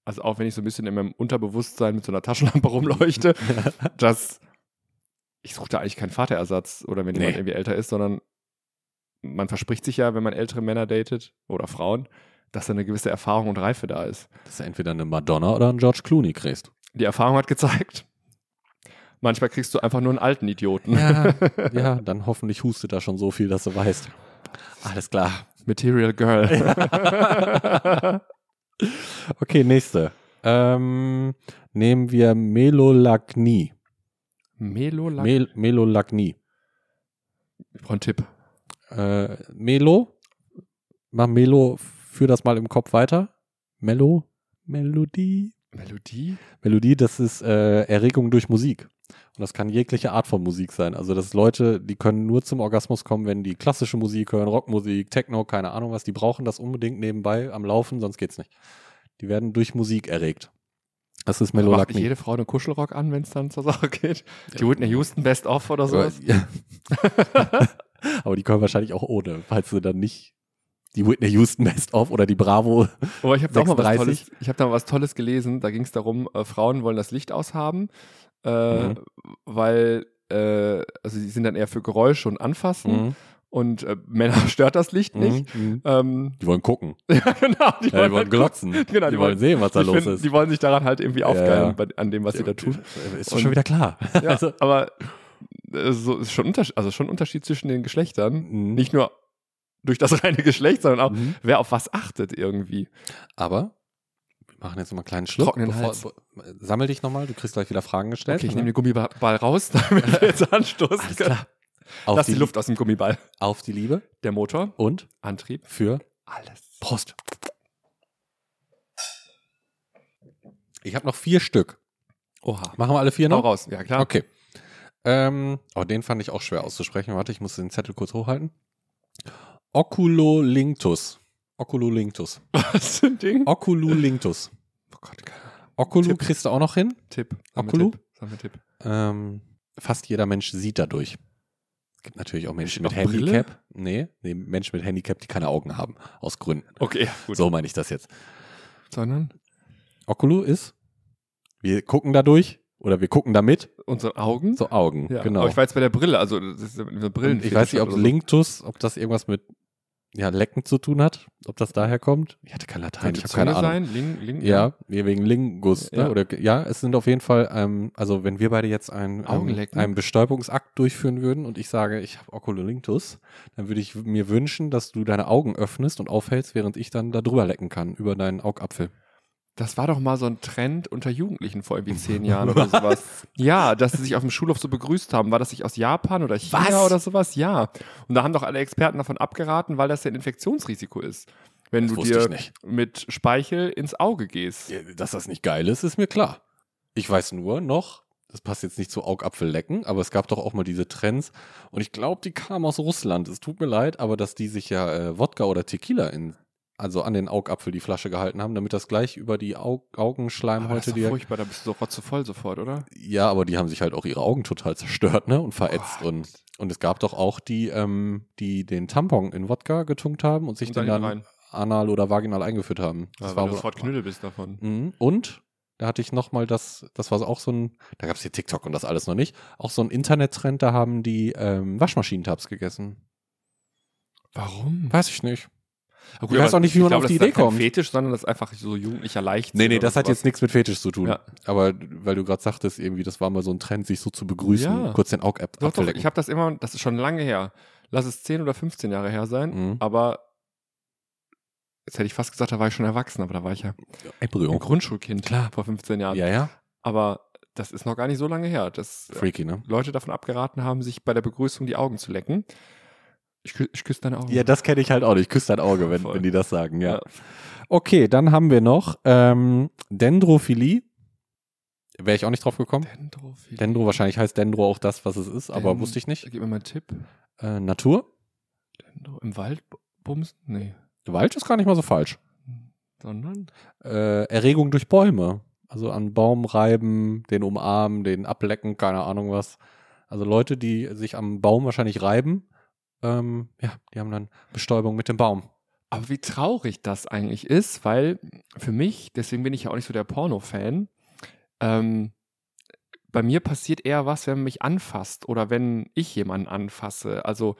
[SPEAKER 2] also auch wenn ich so ein bisschen in meinem Unterbewusstsein mit so einer Taschenlampe [laughs]
[SPEAKER 1] [laughs]
[SPEAKER 2] rumleuchte, dass ich suche da eigentlich keinen Vaterersatz oder wenn jemand
[SPEAKER 1] Nee.
[SPEAKER 2] irgendwie älter ist, sondern man verspricht sich ja, wenn man ältere Männer datet oder Frauen, dass da eine gewisse Erfahrung und Reife da ist.
[SPEAKER 1] Dass du entweder eine Madonna oder einen George Clooney kriegst.
[SPEAKER 2] Die Erfahrung hat gezeigt, manchmal kriegst du einfach nur einen alten Idioten.
[SPEAKER 1] [laughs] Ja, ja, dann hoffentlich hustet da schon so viel, dass du weißt. Alles klar. [laughs]
[SPEAKER 2] Material Girl.
[SPEAKER 1] Okay, nächste. Ähm, nehmen wir Melolagnie.
[SPEAKER 2] Melolak.
[SPEAKER 1] Mel Melolagnie.
[SPEAKER 2] ich brauche einen Tipp.
[SPEAKER 1] Äh, Melo. Mach Melo, führ das mal im Kopf weiter. Melo. Melodie.
[SPEAKER 2] Melodie?
[SPEAKER 1] Melodie, das ist äh, Erregung durch Musik. Und das kann jegliche Art von Musik sein. Also das ist Leute, die können nur zum Orgasmus kommen, wenn die klassische Musik hören, Rockmusik, Techno, keine Ahnung was. Die brauchen das unbedingt nebenbei am Laufen, sonst geht's nicht. Die werden durch Musik erregt. Das ist
[SPEAKER 2] Macht
[SPEAKER 1] Melolagnie.
[SPEAKER 2] nicht jede Frau einen Kuschelrock an, wenn es dann zur Sache geht? Die Whitney Houston Best Off oder
[SPEAKER 1] Aber,
[SPEAKER 2] sowas?
[SPEAKER 1] ja. [laughs] Aber die können wahrscheinlich auch ohne, falls sie dann nicht die Whitney Houston Best of oder die Bravo.
[SPEAKER 2] Aber ich habe da auch mal was
[SPEAKER 1] 36.
[SPEAKER 2] Tolles. Ich habe da mal was Tolles gelesen. Da ging es darum, äh, Frauen wollen das Licht aushaben, äh,
[SPEAKER 1] Mhm.
[SPEAKER 2] weil äh, also sie sind dann eher für Geräusche und Anfassen
[SPEAKER 1] [laughs]
[SPEAKER 2] und äh, Männer [laughs] stört das Licht nicht.
[SPEAKER 1] Mhm.
[SPEAKER 2] Ähm, [laughs]
[SPEAKER 1] Die wollen gucken.
[SPEAKER 2] ja, genau. Die
[SPEAKER 1] Ja, die wollen
[SPEAKER 2] halt
[SPEAKER 1] glotzen.
[SPEAKER 2] [laughs] Genau,
[SPEAKER 1] die, wollen sehen, was da
[SPEAKER 2] die,
[SPEAKER 1] los
[SPEAKER 2] finden-
[SPEAKER 1] ist.
[SPEAKER 2] die wollen sich daran halt irgendwie
[SPEAKER 1] Ja, ja.
[SPEAKER 2] aufgeilen bei, an dem, was sie
[SPEAKER 1] [laughs]
[SPEAKER 2] da tun.
[SPEAKER 1] Ist
[SPEAKER 2] Und-
[SPEAKER 1] doch schon wieder klar.
[SPEAKER 2] Ja,
[SPEAKER 1] Also-
[SPEAKER 2] aber äh, so ist schon Unterschied, also schon Unterschied zwischen den Geschlechtern.
[SPEAKER 1] Mhm.
[SPEAKER 2] Nicht nur durch das [laughs] reine Geschlecht, sondern auch
[SPEAKER 1] Mhm.
[SPEAKER 2] wer auf was achtet irgendwie.
[SPEAKER 1] Aber wir machen jetzt nochmal einen kleinen Schluck.
[SPEAKER 2] Trocknen Hals.
[SPEAKER 1] be- sammel dich nochmal, du kriegst gleich wieder Fragen gestellt.
[SPEAKER 2] Okay, ich
[SPEAKER 1] ne?
[SPEAKER 2] nehme den Gummiball raus, [laughs] damit wir jetzt anstoßen
[SPEAKER 1] Alles
[SPEAKER 2] können.
[SPEAKER 1] klar. Auf
[SPEAKER 2] Lass
[SPEAKER 1] die,
[SPEAKER 2] die Luft aus dem Gummiball.
[SPEAKER 1] Auf die Liebe
[SPEAKER 2] Der Motor,
[SPEAKER 1] und
[SPEAKER 2] Antrieb,
[SPEAKER 1] für
[SPEAKER 2] alles.
[SPEAKER 1] Prost. Ich habe noch vier Stück.
[SPEAKER 2] Oha.
[SPEAKER 1] Machen wir alle vier
[SPEAKER 2] Genau
[SPEAKER 1] noch?
[SPEAKER 2] raus. Ja, klar. [laughs]
[SPEAKER 1] Okay. Ähm, oh, den fand ich auch schwer auszusprechen. Warte, ich muss den Zettel kurz hochhalten. Oculolinctus. Oculolinctus.
[SPEAKER 2] Was für ein Ding?
[SPEAKER 1] Oculolinctus.
[SPEAKER 2] Oh Gott, keine Ahnung.
[SPEAKER 1] Oculu
[SPEAKER 2] Tipp.
[SPEAKER 1] kriegst du auch noch hin.
[SPEAKER 2] Tipp. Sag mir
[SPEAKER 1] Okulu?
[SPEAKER 2] Tipp. Sag mir Tipp.
[SPEAKER 1] Ähm, fast jeder Mensch sieht dadurch. Es gibt natürlich auch Menschen mit
[SPEAKER 2] Auch Brille?
[SPEAKER 1] Handicap. Nee, nee, Menschen mit Handicap, die keine Augen haben. Aus Gründen.
[SPEAKER 2] Okay, ja, gut.
[SPEAKER 1] So meine ich das jetzt.
[SPEAKER 2] Sondern
[SPEAKER 1] Oculu ist, wir gucken dadurch oder wir gucken damit.
[SPEAKER 2] unsere Augen.
[SPEAKER 1] So Augen,
[SPEAKER 2] Ja,
[SPEAKER 1] genau.
[SPEAKER 2] Aber ich war jetzt bei der Brille, also das ist eine Brillen.
[SPEAKER 1] Und ich weiß nicht, ob Linktus, ob das irgendwas mit ja, Lecken zu tun hat, ob das daher kommt. Ich hatte kein Latein, ich habe keine Ahnung.
[SPEAKER 2] Sein? Ling, Ling,
[SPEAKER 1] Ja, wir wegen Lingus, ne?
[SPEAKER 2] Ja.
[SPEAKER 1] Oder ja, es sind auf jeden Fall, ähm, also wenn wir beide jetzt einen, ähm,
[SPEAKER 2] Augenlecken.
[SPEAKER 1] einen Bestäubungsakt durchführen würden und ich sage, ich habe Oculolinctus, dann würde ich w- mir wünschen, dass du deine Augen öffnest und aufhältst, während ich dann da drüber lecken kann, über deinen Augapfel.
[SPEAKER 2] Das war doch mal so ein Trend unter Jugendlichen vor irgendwie
[SPEAKER 1] [laughs]
[SPEAKER 2] zehn Jahren oder sowas. Ja, dass sie sich auf dem Schulhof so begrüßt haben. War das nicht aus Japan oder China
[SPEAKER 1] Was?
[SPEAKER 2] oder sowas? Ja. Und da haben doch alle Experten davon abgeraten, weil das ja ein Infektionsrisiko ist. Wenn
[SPEAKER 1] Das
[SPEAKER 2] du
[SPEAKER 1] wusste ich
[SPEAKER 2] dir
[SPEAKER 1] nicht.
[SPEAKER 2] mit Speichel ins Auge gehst.
[SPEAKER 1] Dass das nicht geil ist, ist mir klar. Ich weiß nur noch, das passt jetzt nicht zu Augapfellecken, aber es gab doch auch mal diese Trends. Und ich glaube, die kamen aus Russland. Es tut mir leid, aber dass die sich ja äh, Wodka oder Tequila in, also an den Augapfel die Flasche gehalten haben, damit das gleich über die Au Augenschleim
[SPEAKER 2] Aber das
[SPEAKER 1] heute
[SPEAKER 2] ist doch
[SPEAKER 1] direkt.
[SPEAKER 2] furchtbar, da bist du so rotzevoll sofort, oder?
[SPEAKER 1] Ja, aber die haben sich halt auch ihre Augen total zerstört, ne? Und verätzt.
[SPEAKER 2] Gott.
[SPEAKER 1] Und, und es gab doch auch die, ähm, die den Tampon in Wodka getunkt haben und sich
[SPEAKER 2] Und
[SPEAKER 1] den
[SPEAKER 2] dann
[SPEAKER 1] dann
[SPEAKER 2] rein.
[SPEAKER 1] anal oder vaginal eingeführt haben.
[SPEAKER 2] Ja, weil du
[SPEAKER 1] wohl-
[SPEAKER 2] sofort Knüdel bist davon.
[SPEAKER 1] Mhm. Und da hatte ich nochmal das, das war auch so ein, da gab es hier TikTok und das alles noch nicht, auch so ein Internettrend, da haben die ähm, Waschmaschinentabs gegessen.
[SPEAKER 2] Warum?
[SPEAKER 1] Weiß ich nicht.
[SPEAKER 2] Aber
[SPEAKER 1] Ich weiß auch nicht, wie man auf die
[SPEAKER 2] das ist
[SPEAKER 1] Idee
[SPEAKER 2] dann kein
[SPEAKER 1] kommt.
[SPEAKER 2] Fetisch, sondern das ist einfach so jugendlicher Leichtsinn.
[SPEAKER 1] Nee, nee,
[SPEAKER 2] oder
[SPEAKER 1] das hat
[SPEAKER 2] sowas.
[SPEAKER 1] jetzt nichts mit Fetisch zu tun.
[SPEAKER 2] Ja.
[SPEAKER 1] Aber weil du gerade sagtest, irgendwie, das war mal so ein Trend, sich so zu begrüßen,
[SPEAKER 2] Ja.
[SPEAKER 1] kurz den Aug-App
[SPEAKER 2] Doch, doch, ich habe das immer, das ist schon lange her. Lass es 10 oder 15 Jahre her sein,
[SPEAKER 1] Mhm.
[SPEAKER 2] aber jetzt hätte ich fast gesagt, da war ich schon erwachsen, aber da war ich ja ein
[SPEAKER 1] Ah, Embryo.
[SPEAKER 2] Grundschulkind, klar, vor 15 Jahren.
[SPEAKER 1] Ja, ja.
[SPEAKER 2] Aber das ist noch gar nicht so lange her, dass äh,
[SPEAKER 1] Freaky, ne?
[SPEAKER 2] Leute davon abgeraten haben, sich bei der Begrüßung die Augen zu lecken. Ich, kü ich küsse deine Augen. Äh,
[SPEAKER 1] Ja, das kenne ich halt auch nicht. Ich küsse dein Auge, wenn,
[SPEAKER 2] Voll.
[SPEAKER 1] wenn die das sagen, ja.
[SPEAKER 2] Ja.
[SPEAKER 1] Okay, dann haben wir noch ähm, Dendrophilie. Wäre ich auch nicht drauf gekommen.
[SPEAKER 2] Dendro, viel-
[SPEAKER 1] Dendro, wahrscheinlich heißt Dendro auch das, was es ist, aber
[SPEAKER 2] Den-
[SPEAKER 1] wusste ich nicht.
[SPEAKER 2] Gib mir mal einen Tipp.
[SPEAKER 1] Äh, Natur?
[SPEAKER 2] Dendro, Im Wald bumsen? Nee.
[SPEAKER 1] Wald ist gar nicht mal so falsch.
[SPEAKER 2] Sondern?
[SPEAKER 1] Äh, Erregung durch Bäume. Also an Baum reiben, den umarmen, den ablecken, keine Ahnung was. Also Leute, die sich am Baum wahrscheinlich reiben, ähm, ja, die haben dann Bestäubung mit dem Baum.
[SPEAKER 2] Aber wie traurig das eigentlich ist, weil für mich, deswegen bin ich ja auch nicht so der Porno-Fan, ähm, bei mir passiert eher was, wenn man mich anfasst oder wenn ich jemanden anfasse. Also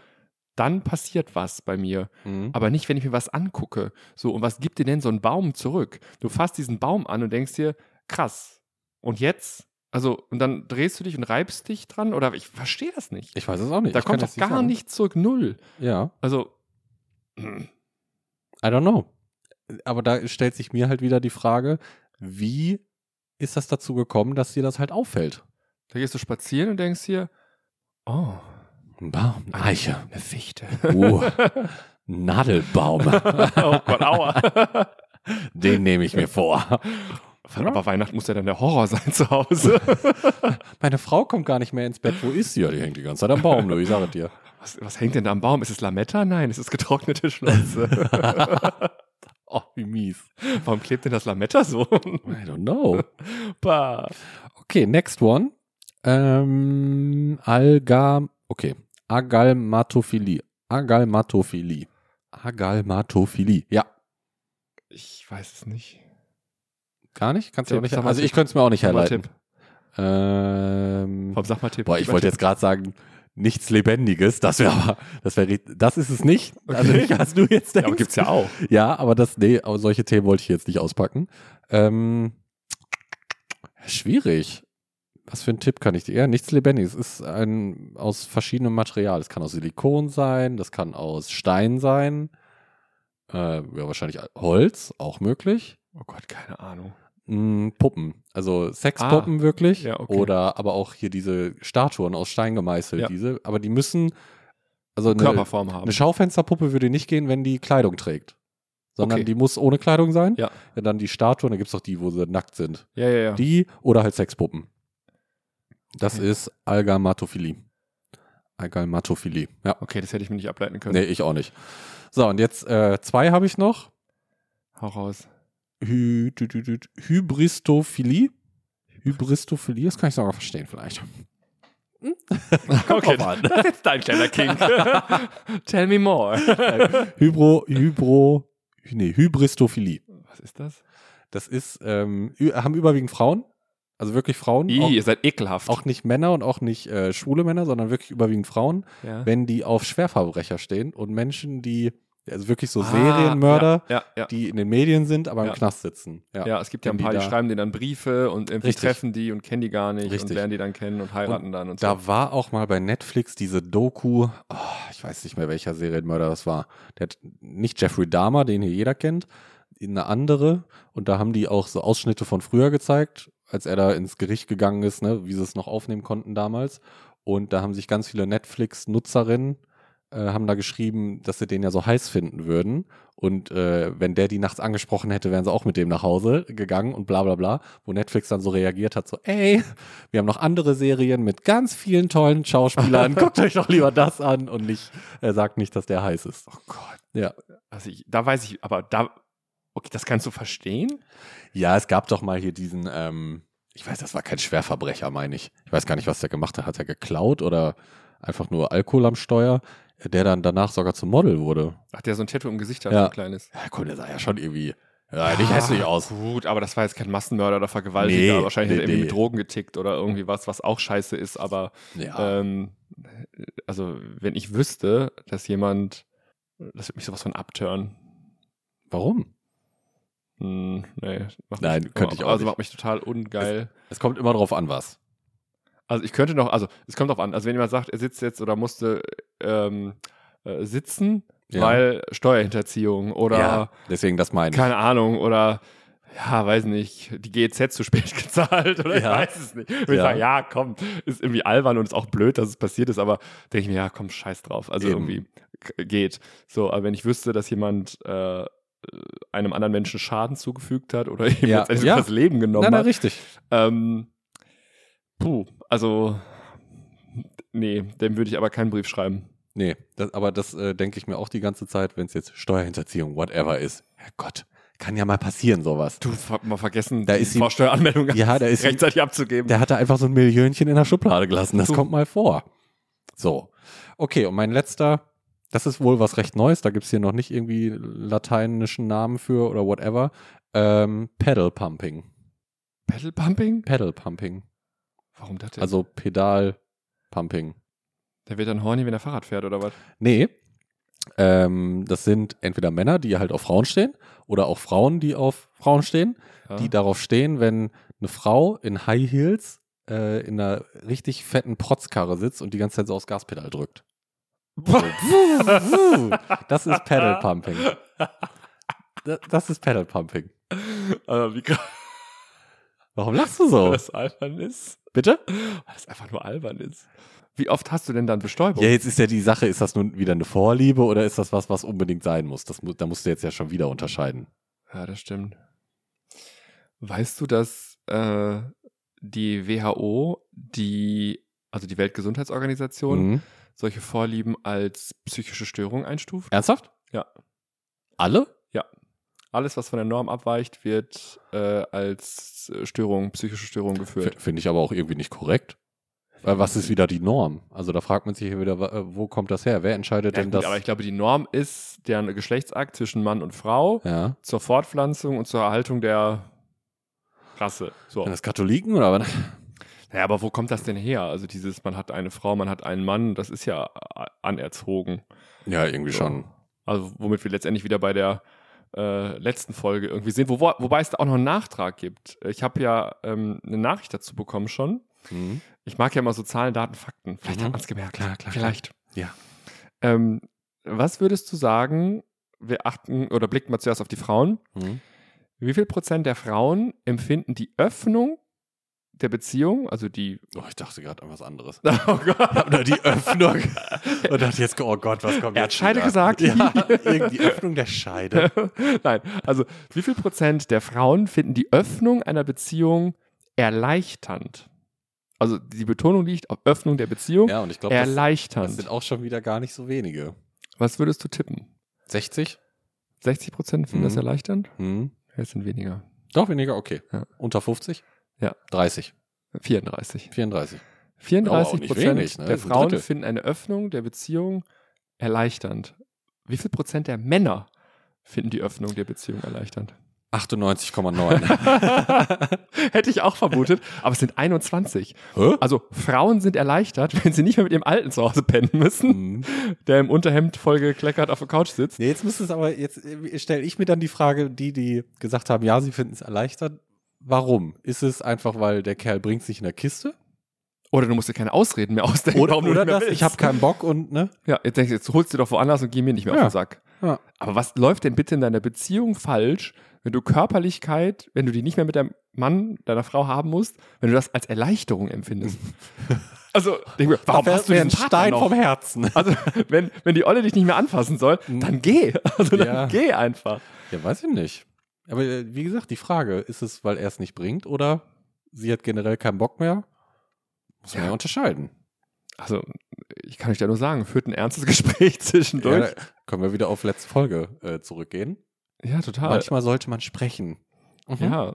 [SPEAKER 2] dann passiert was bei mir,
[SPEAKER 1] Mhm.
[SPEAKER 2] aber nicht, wenn ich mir was angucke. So, und was gibt dir denn so ein Baum zurück? Du fasst diesen Baum an und denkst dir, krass, und jetzt? Also, und dann drehst du dich und reibst dich dran oder ich verstehe das nicht.
[SPEAKER 1] Ich weiß es auch nicht.
[SPEAKER 2] da
[SPEAKER 1] Ich kann
[SPEAKER 2] kommt
[SPEAKER 1] das
[SPEAKER 2] doch gar
[SPEAKER 1] sagen.
[SPEAKER 2] nichts zurück, null.
[SPEAKER 1] Ja,
[SPEAKER 2] Also,
[SPEAKER 1] I don't know. Aber da stellt sich mir halt wieder die Frage, wie ist das dazu gekommen, dass dir das halt auffällt?
[SPEAKER 2] Da gehst du spazieren und denkst dir, oh,
[SPEAKER 1] Ein Baum, eine Eiche,
[SPEAKER 2] eine Fichte.
[SPEAKER 1] [laughs] oh, ein Nadelbaum,
[SPEAKER 2] [laughs] oh Gott, [laughs] aua.
[SPEAKER 1] den nehme ich mir vor.
[SPEAKER 2] Aber Weihnachten muss ja dann der Horror sein zu [laughs] Hause.
[SPEAKER 1] Meine Frau kommt gar nicht mehr ins Bett. Wo ist sie? Ja, die hängt die ganze Zeit am Baum, Lou, ich sage [laughs] dir.
[SPEAKER 2] Was, was hängt denn da am Baum? Ist es Lametta? Nein, es ist getrocknete [laughs] Schnulze.
[SPEAKER 1] Oh, wie mies.
[SPEAKER 2] Warum klebt denn das Lametta so?
[SPEAKER 1] I don't know.
[SPEAKER 2] Bah.
[SPEAKER 1] Okay, next one. Ähm, Algam, okay. Agalmatophilie. Agalmatophilie. Agalmatophilie. Ja,
[SPEAKER 2] Ich weiß es nicht.
[SPEAKER 1] gar nicht. Kannst du
[SPEAKER 2] Tipp,
[SPEAKER 1] auch nicht.
[SPEAKER 2] sag mal
[SPEAKER 1] Also ich
[SPEAKER 2] Tipp.
[SPEAKER 1] könnte es mir auch nicht
[SPEAKER 2] Sag mal
[SPEAKER 1] herleiten.
[SPEAKER 2] Tipp.
[SPEAKER 1] Ähm,
[SPEAKER 2] Komm, sag mal Tipp.
[SPEAKER 1] boah, ich wollte jetzt gerade sagen, nichts Lebendiges. Das wäre aber, das wäre, das ist es nicht. Also
[SPEAKER 2] Okay.
[SPEAKER 1] nicht, was du jetzt
[SPEAKER 2] Ja,
[SPEAKER 1] denkst.
[SPEAKER 2] aber gibt's ja auch.
[SPEAKER 1] Ja, aber das, nee, aber solche Themen wollte ich jetzt nicht auspacken. Ähm, schwierig. Was für ein Tipp kann ich dir? Ja, nichts Lebendiges. Es ist ein aus verschiedenem Material. Es kann aus Silikon sein, das kann aus Stein sein. Äh, ja, wahrscheinlich Holz, auch möglich.
[SPEAKER 2] Oh Gott, keine Ahnung.
[SPEAKER 1] Mm, Puppen, also Sexpuppen wirklich.
[SPEAKER 2] Ah. ja, okay.
[SPEAKER 1] Oder aber auch hier diese Statuen aus Stein gemeißelt,
[SPEAKER 2] Ja.
[SPEAKER 1] diese. Aber die müssen, also eine,
[SPEAKER 2] Körperform haben.
[SPEAKER 1] eine Schaufensterpuppe würde nicht gehen, wenn die Kleidung trägt. Sondern
[SPEAKER 2] Okay.
[SPEAKER 1] die muss ohne Kleidung sein.
[SPEAKER 2] Ja.
[SPEAKER 1] Dann die Statuen, da gibt es doch die, wo sie nackt sind.
[SPEAKER 2] Ja, ja, ja.
[SPEAKER 1] Die oder halt Sexpuppen. Das
[SPEAKER 2] Okay.
[SPEAKER 1] ist Algamatophilie. Algamatophilie. Ja.
[SPEAKER 2] Okay, das hätte ich mir nicht ableiten können.
[SPEAKER 1] Nee, ich auch nicht. So, und jetzt äh, zwei habe ich noch. [laughs]
[SPEAKER 2] Hau raus.
[SPEAKER 1] Hy dü- dü- dü- Hybristophilie. Hybristophilie, das kann ich sogar verstehen vielleicht.
[SPEAKER 2] Okay,
[SPEAKER 1] drauf an.
[SPEAKER 2] das ist jetzt dein kleiner
[SPEAKER 1] [laughs]
[SPEAKER 2] Kink. Tell me more.
[SPEAKER 1] Hybro, Hybro, nee, Hybristophilie.
[SPEAKER 2] Was ist das?
[SPEAKER 1] Das ist, ähm, ü- haben überwiegend Frauen, also wirklich Frauen.
[SPEAKER 2] I,
[SPEAKER 1] auch-
[SPEAKER 2] ihr seid ekelhaft.
[SPEAKER 1] auch nicht Männer und auch nicht äh, schwule Männer, sondern wirklich überwiegend Frauen,
[SPEAKER 2] ja.
[SPEAKER 1] wenn die auf Schwerverbrecher stehen und Menschen, die, also wirklich so
[SPEAKER 2] Ah,
[SPEAKER 1] Serienmörder,
[SPEAKER 2] Ja, ja, ja.
[SPEAKER 1] die in den Medien sind, aber
[SPEAKER 2] Ja.
[SPEAKER 1] im Knast sitzen. Ja.
[SPEAKER 2] ja, es gibt ja ein
[SPEAKER 1] wenn die
[SPEAKER 2] paar, die
[SPEAKER 1] da-
[SPEAKER 2] schreiben denen dann Briefe und irgendwie
[SPEAKER 1] Richtig.
[SPEAKER 2] treffen die und kennen die gar nicht und
[SPEAKER 1] Richtig.
[SPEAKER 2] lernen die dann kennen und heiraten dann und so.
[SPEAKER 1] Da war auch mal bei Netflix diese Doku, oh, ich weiß nicht mehr, welcher Serienmörder das war. Der hat nicht Jeffrey Dahmer, den hier jeder kennt, eine andere. Und da haben die auch so Ausschnitte von früher gezeigt, als er da ins Gericht gegangen ist, ne, wie sie es noch aufnehmen konnten damals. Und da haben sich ganz viele Netflix-Nutzerinnen äh, haben da geschrieben, dass sie den ja so heiß finden würden. Und äh, wenn der die nachts angesprochen hätte, wären sie auch mit dem nach Hause gegangen und bla bla bla. Wo Netflix dann so reagiert hat, so, ey, wir haben noch andere Serien mit ganz vielen tollen [laughs] Schauspielern. Guckt euch doch lieber das an und nicht, äh, sagt nicht, dass der heiß ist.
[SPEAKER 2] Oh Gott.
[SPEAKER 1] Ja.
[SPEAKER 2] Also ich, da weiß ich, aber da. Okay, das kannst du verstehen?
[SPEAKER 1] Ja, es gab doch mal hier diesen, ähm, ich weiß, das war kein Schwerverbrecher, meine ich. Ich weiß gar nicht, was der gemacht hat. Hat er geklaut oder einfach nur Alkohol am Steuer, der dann danach sogar zum Model wurde?
[SPEAKER 2] Ach, der so ein Tattoo im Gesicht hat,
[SPEAKER 1] Ja.
[SPEAKER 2] so ein kleines.
[SPEAKER 1] Ja, komm, der sah ja schon irgendwie ja, nicht hässlich
[SPEAKER 2] Ah,
[SPEAKER 1] aus.
[SPEAKER 2] Gut, aber das war jetzt kein Massenmörder oder Vergewaltiger.
[SPEAKER 1] Nee,
[SPEAKER 2] Wahrscheinlich
[SPEAKER 1] nee,
[SPEAKER 2] hat er irgendwie
[SPEAKER 1] nee.
[SPEAKER 2] mit Drogen getickt oder irgendwie was, was auch scheiße ist. Aber
[SPEAKER 1] Ja.
[SPEAKER 2] ähm, also, wenn ich wüsste, dass jemand, das würde mich sowas von abtören.
[SPEAKER 1] Warum?
[SPEAKER 2] Hm, nee, macht
[SPEAKER 1] Nein,
[SPEAKER 2] mich,
[SPEAKER 1] könnte ich auch
[SPEAKER 2] Also
[SPEAKER 1] nicht.
[SPEAKER 2] macht mich total ungeil.
[SPEAKER 1] Es kommt immer drauf an, was.
[SPEAKER 2] Also ich könnte noch, also es kommt drauf an. Also wenn jemand sagt, er sitzt jetzt oder musste ähm, äh, sitzen,
[SPEAKER 1] Ja.
[SPEAKER 2] weil Steuerhinterziehung oder
[SPEAKER 1] ja, deswegen das meine ich.
[SPEAKER 2] keine Ahnung oder ja, weiß nicht, die GEZ zu spät [laughs] gezahlt oder ich
[SPEAKER 1] Ja.
[SPEAKER 2] weiß es nicht. Wenn ich
[SPEAKER 1] Ja.
[SPEAKER 2] sage, ja, komm, ist irgendwie albern und ist auch blöd, dass es passiert ist, aber denke ich mir, ja, komm, scheiß drauf. Also
[SPEAKER 1] Eben.
[SPEAKER 2] irgendwie k- geht. So, aber wenn ich wüsste, dass jemand äh, einem anderen Menschen Schaden zugefügt hat oder [laughs] ihm
[SPEAKER 1] Ja.
[SPEAKER 2] letztendlich
[SPEAKER 1] Ja.
[SPEAKER 2] das Leben genommen
[SPEAKER 1] Nein, nein,
[SPEAKER 2] hat,
[SPEAKER 1] richtig.
[SPEAKER 2] ähm, puh, also, nee, dem würde ich aber keinen Brief schreiben.
[SPEAKER 1] Nee, das, aber das äh, denke ich mir auch die ganze Zeit, wenn es jetzt Steuerhinterziehung, whatever ist. Herrgott, kann ja mal passieren, sowas.
[SPEAKER 2] Du, ver mal vergessen,
[SPEAKER 1] Da
[SPEAKER 2] die
[SPEAKER 1] ist die-
[SPEAKER 2] Vorsteueranmeldung [laughs]
[SPEAKER 1] Ja, da ist-
[SPEAKER 2] rechtzeitig abzugeben.
[SPEAKER 1] Der hatte einfach so ein Millionchen in der Schublade gelassen. Das
[SPEAKER 2] So.
[SPEAKER 1] kommt mal vor. So. Okay, und mein letzter, das ist wohl was recht Neues. Da gibt's hier noch nicht irgendwie lateinischen Namen für oder whatever. Ähm, Pedal Pumping.
[SPEAKER 2] Pedal Pumping?
[SPEAKER 1] Pedal Pumping.
[SPEAKER 2] Warum das denn? Also,
[SPEAKER 1] Also Pedal Pumping.
[SPEAKER 2] der wird dann horny, wenn er Fahrrad fährt, oder was?
[SPEAKER 1] Nee. Ähm, das sind entweder Männer, die halt auf Frauen stehen, oder auch Frauen, die auf Frauen stehen,
[SPEAKER 2] Ja.
[SPEAKER 1] die darauf stehen, wenn eine Frau in High Heels äh, in einer richtig fetten Protzkarre sitzt und die ganze Zeit so aufs Gaspedal drückt. So. das ist Pedal Pumping. Da- Das ist Pedal Pumping.
[SPEAKER 2] also, wie krass
[SPEAKER 1] Warum lachst du so?
[SPEAKER 2] das albern ist.
[SPEAKER 1] Bitte?
[SPEAKER 2] Weil das einfach nur albern ist. Wie oft hast du denn dann Bestäubung?
[SPEAKER 1] Ja, jetzt ist ja die Sache, ist das nun wieder eine Vorliebe oder ist das was, was unbedingt sein muss? Das, mu- da musst du jetzt ja schon wieder unterscheiden.
[SPEAKER 2] Ja, das stimmt. Weißt du, dass äh, die WHO, die, also die Weltgesundheitsorganisation,
[SPEAKER 1] Mhm.
[SPEAKER 2] solche Vorlieben als psychische Störung einstuft.
[SPEAKER 1] Ernsthaft?
[SPEAKER 2] Ja.
[SPEAKER 1] Alle?
[SPEAKER 2] Alles, was von der Norm abweicht, wird äh, als äh, Störung, psychische Störung geführt.
[SPEAKER 1] F- Finde ich aber auch irgendwie nicht korrekt. Weil was ist wieder die Norm? Also da fragt man sich ja wieder, wa- äh, wo kommt das her? Wer entscheidet
[SPEAKER 2] Ja,
[SPEAKER 1] denn
[SPEAKER 2] gut,
[SPEAKER 1] das?
[SPEAKER 2] aber ich glaube, die Norm ist der Geschlechtsakt zwischen Mann und Frau
[SPEAKER 1] ja.
[SPEAKER 2] zur Fortpflanzung und zur Erhaltung der Rasse. So.
[SPEAKER 1] Sind das Katholiken oder was?
[SPEAKER 2] Naja, aber wo kommt das denn her? Also dieses, man hat eine Frau, man hat einen Mann, das ist ja äh, anerzogen.
[SPEAKER 1] Ja, irgendwie schon.
[SPEAKER 2] Also womit wir letztendlich wieder bei der äh, letzten Folge irgendwie sind. Wo, wo, wobei es da auch noch einen Nachtrag gibt. Ich habe ja ähm, eine Nachricht dazu bekommen schon.
[SPEAKER 1] Mhm.
[SPEAKER 2] Ich mag ja immer so Zahlen, Daten, Fakten. Vielleicht
[SPEAKER 1] Mhm.
[SPEAKER 2] hat man es gemerkt.
[SPEAKER 1] Klar, klar,
[SPEAKER 2] Vielleicht.
[SPEAKER 1] klar.
[SPEAKER 2] Ähm, was würdest du sagen, wir achten oder blicken mal zuerst auf die Frauen.
[SPEAKER 1] Mhm.
[SPEAKER 2] Wie viel Prozent der Frauen empfinden die Öffnung der Beziehung, also die... [laughs]
[SPEAKER 1] Oh, ich dachte gerade an was anderes.
[SPEAKER 2] Oh Gott.
[SPEAKER 1] [laughs] Oder die Öffnung. [laughs] Und dachte jetzt, oh Gott, was kommt
[SPEAKER 2] Er hat
[SPEAKER 1] jetzt?
[SPEAKER 2] Scheide
[SPEAKER 1] wieder? [laughs]
[SPEAKER 2] gesagt.
[SPEAKER 1] Ja, irgendwie Öffnung der [laughs] Scheide.
[SPEAKER 2] Nein, also wie viel Prozent der Frauen finden die Öffnung einer Beziehung erleichternd? Also die Betonung liegt auf Öffnung der Beziehung.
[SPEAKER 1] Ja, und ich glaube, das, das
[SPEAKER 2] erleichternd.
[SPEAKER 1] sind auch schon wieder gar nicht so wenige.
[SPEAKER 2] was würdest du tippen?
[SPEAKER 1] 60?
[SPEAKER 2] 60 Prozent finden
[SPEAKER 1] Mhm.
[SPEAKER 2] das erleichternd?
[SPEAKER 1] Hm.
[SPEAKER 2] Ja, Es sind weniger.
[SPEAKER 1] Doch, weniger, okay.
[SPEAKER 2] Ja.
[SPEAKER 1] Unter 50?
[SPEAKER 2] Ja.
[SPEAKER 1] 30,
[SPEAKER 2] 34.
[SPEAKER 1] 34. Aber auch
[SPEAKER 2] 34
[SPEAKER 1] nicht
[SPEAKER 2] Prozent
[SPEAKER 1] wenig, ne?
[SPEAKER 2] der
[SPEAKER 1] Ist ein
[SPEAKER 2] Frauen
[SPEAKER 1] Drittel.
[SPEAKER 2] finden eine Öffnung der Beziehung erleichternd. Wie viel Prozent der Männer finden die Öffnung der Beziehung
[SPEAKER 1] [laughs]
[SPEAKER 2] erleichternd?
[SPEAKER 1] 98,9.
[SPEAKER 2] Hätte ich auch vermutet, aber es sind 21.
[SPEAKER 1] Hä?
[SPEAKER 2] Also Frauen sind erleichtert, wenn sie nicht mehr mit ihrem Alten zu Hause pennen müssen,
[SPEAKER 1] Hm.
[SPEAKER 2] der im Unterhemd vollgekleckert auf der Couch sitzt.
[SPEAKER 1] Nee, jetzt müsste es aber, jetzt stelle ich mir dann die Frage, die, die gesagt haben, ja, sie finden es erleichtert. Warum? Ist es einfach, weil der Kerl bringt sich in der Kiste?
[SPEAKER 2] Oder du musst dir keine Ausreden mehr ausdenken.
[SPEAKER 1] Oder,
[SPEAKER 2] warum du
[SPEAKER 1] oder
[SPEAKER 2] nicht mehr
[SPEAKER 1] das?
[SPEAKER 2] willst.
[SPEAKER 1] Ich habe keinen Bock und, ne?
[SPEAKER 2] Ja, jetzt denkst du, jetzt holst du doch woanders und geh mir nicht mehr
[SPEAKER 1] Ja.
[SPEAKER 2] auf den Sack.
[SPEAKER 1] Ja.
[SPEAKER 2] Aber was läuft denn bitte in deiner Beziehung falsch, wenn du Körperlichkeit,
[SPEAKER 1] [laughs]
[SPEAKER 2] wenn du die nicht mehr mit deinem Mann, deiner Frau haben musst, wenn du das als Erleichterung empfindest? Also, denk mir, warum
[SPEAKER 1] Da
[SPEAKER 2] hast du
[SPEAKER 1] fällt mir
[SPEAKER 2] diesen
[SPEAKER 1] ein
[SPEAKER 2] Partner
[SPEAKER 1] Stein
[SPEAKER 2] noch?
[SPEAKER 1] vom Herzen?
[SPEAKER 2] Also, wenn, wenn die Olle dich nicht mehr anfassen soll, dann geh. Also, dann
[SPEAKER 1] Hm. Ja.
[SPEAKER 2] geh einfach.
[SPEAKER 1] Ja, weiß ich nicht. Aber äh, wie gesagt, die Frage, ist es, weil er es nicht bringt oder sie hat generell keinen Bock mehr? Muss man ja,
[SPEAKER 2] Ja.
[SPEAKER 1] unterscheiden.
[SPEAKER 2] Also, ich kann euch da nur sagen, führt ein ernstes [laughs] Gespräch
[SPEAKER 1] Ja,
[SPEAKER 2] zwischendurch.
[SPEAKER 1] da können wir wieder auf letzte Folge äh, zurückgehen.
[SPEAKER 2] Ja, total.
[SPEAKER 1] Manchmal sollte man sprechen. Mhm.
[SPEAKER 2] Ja.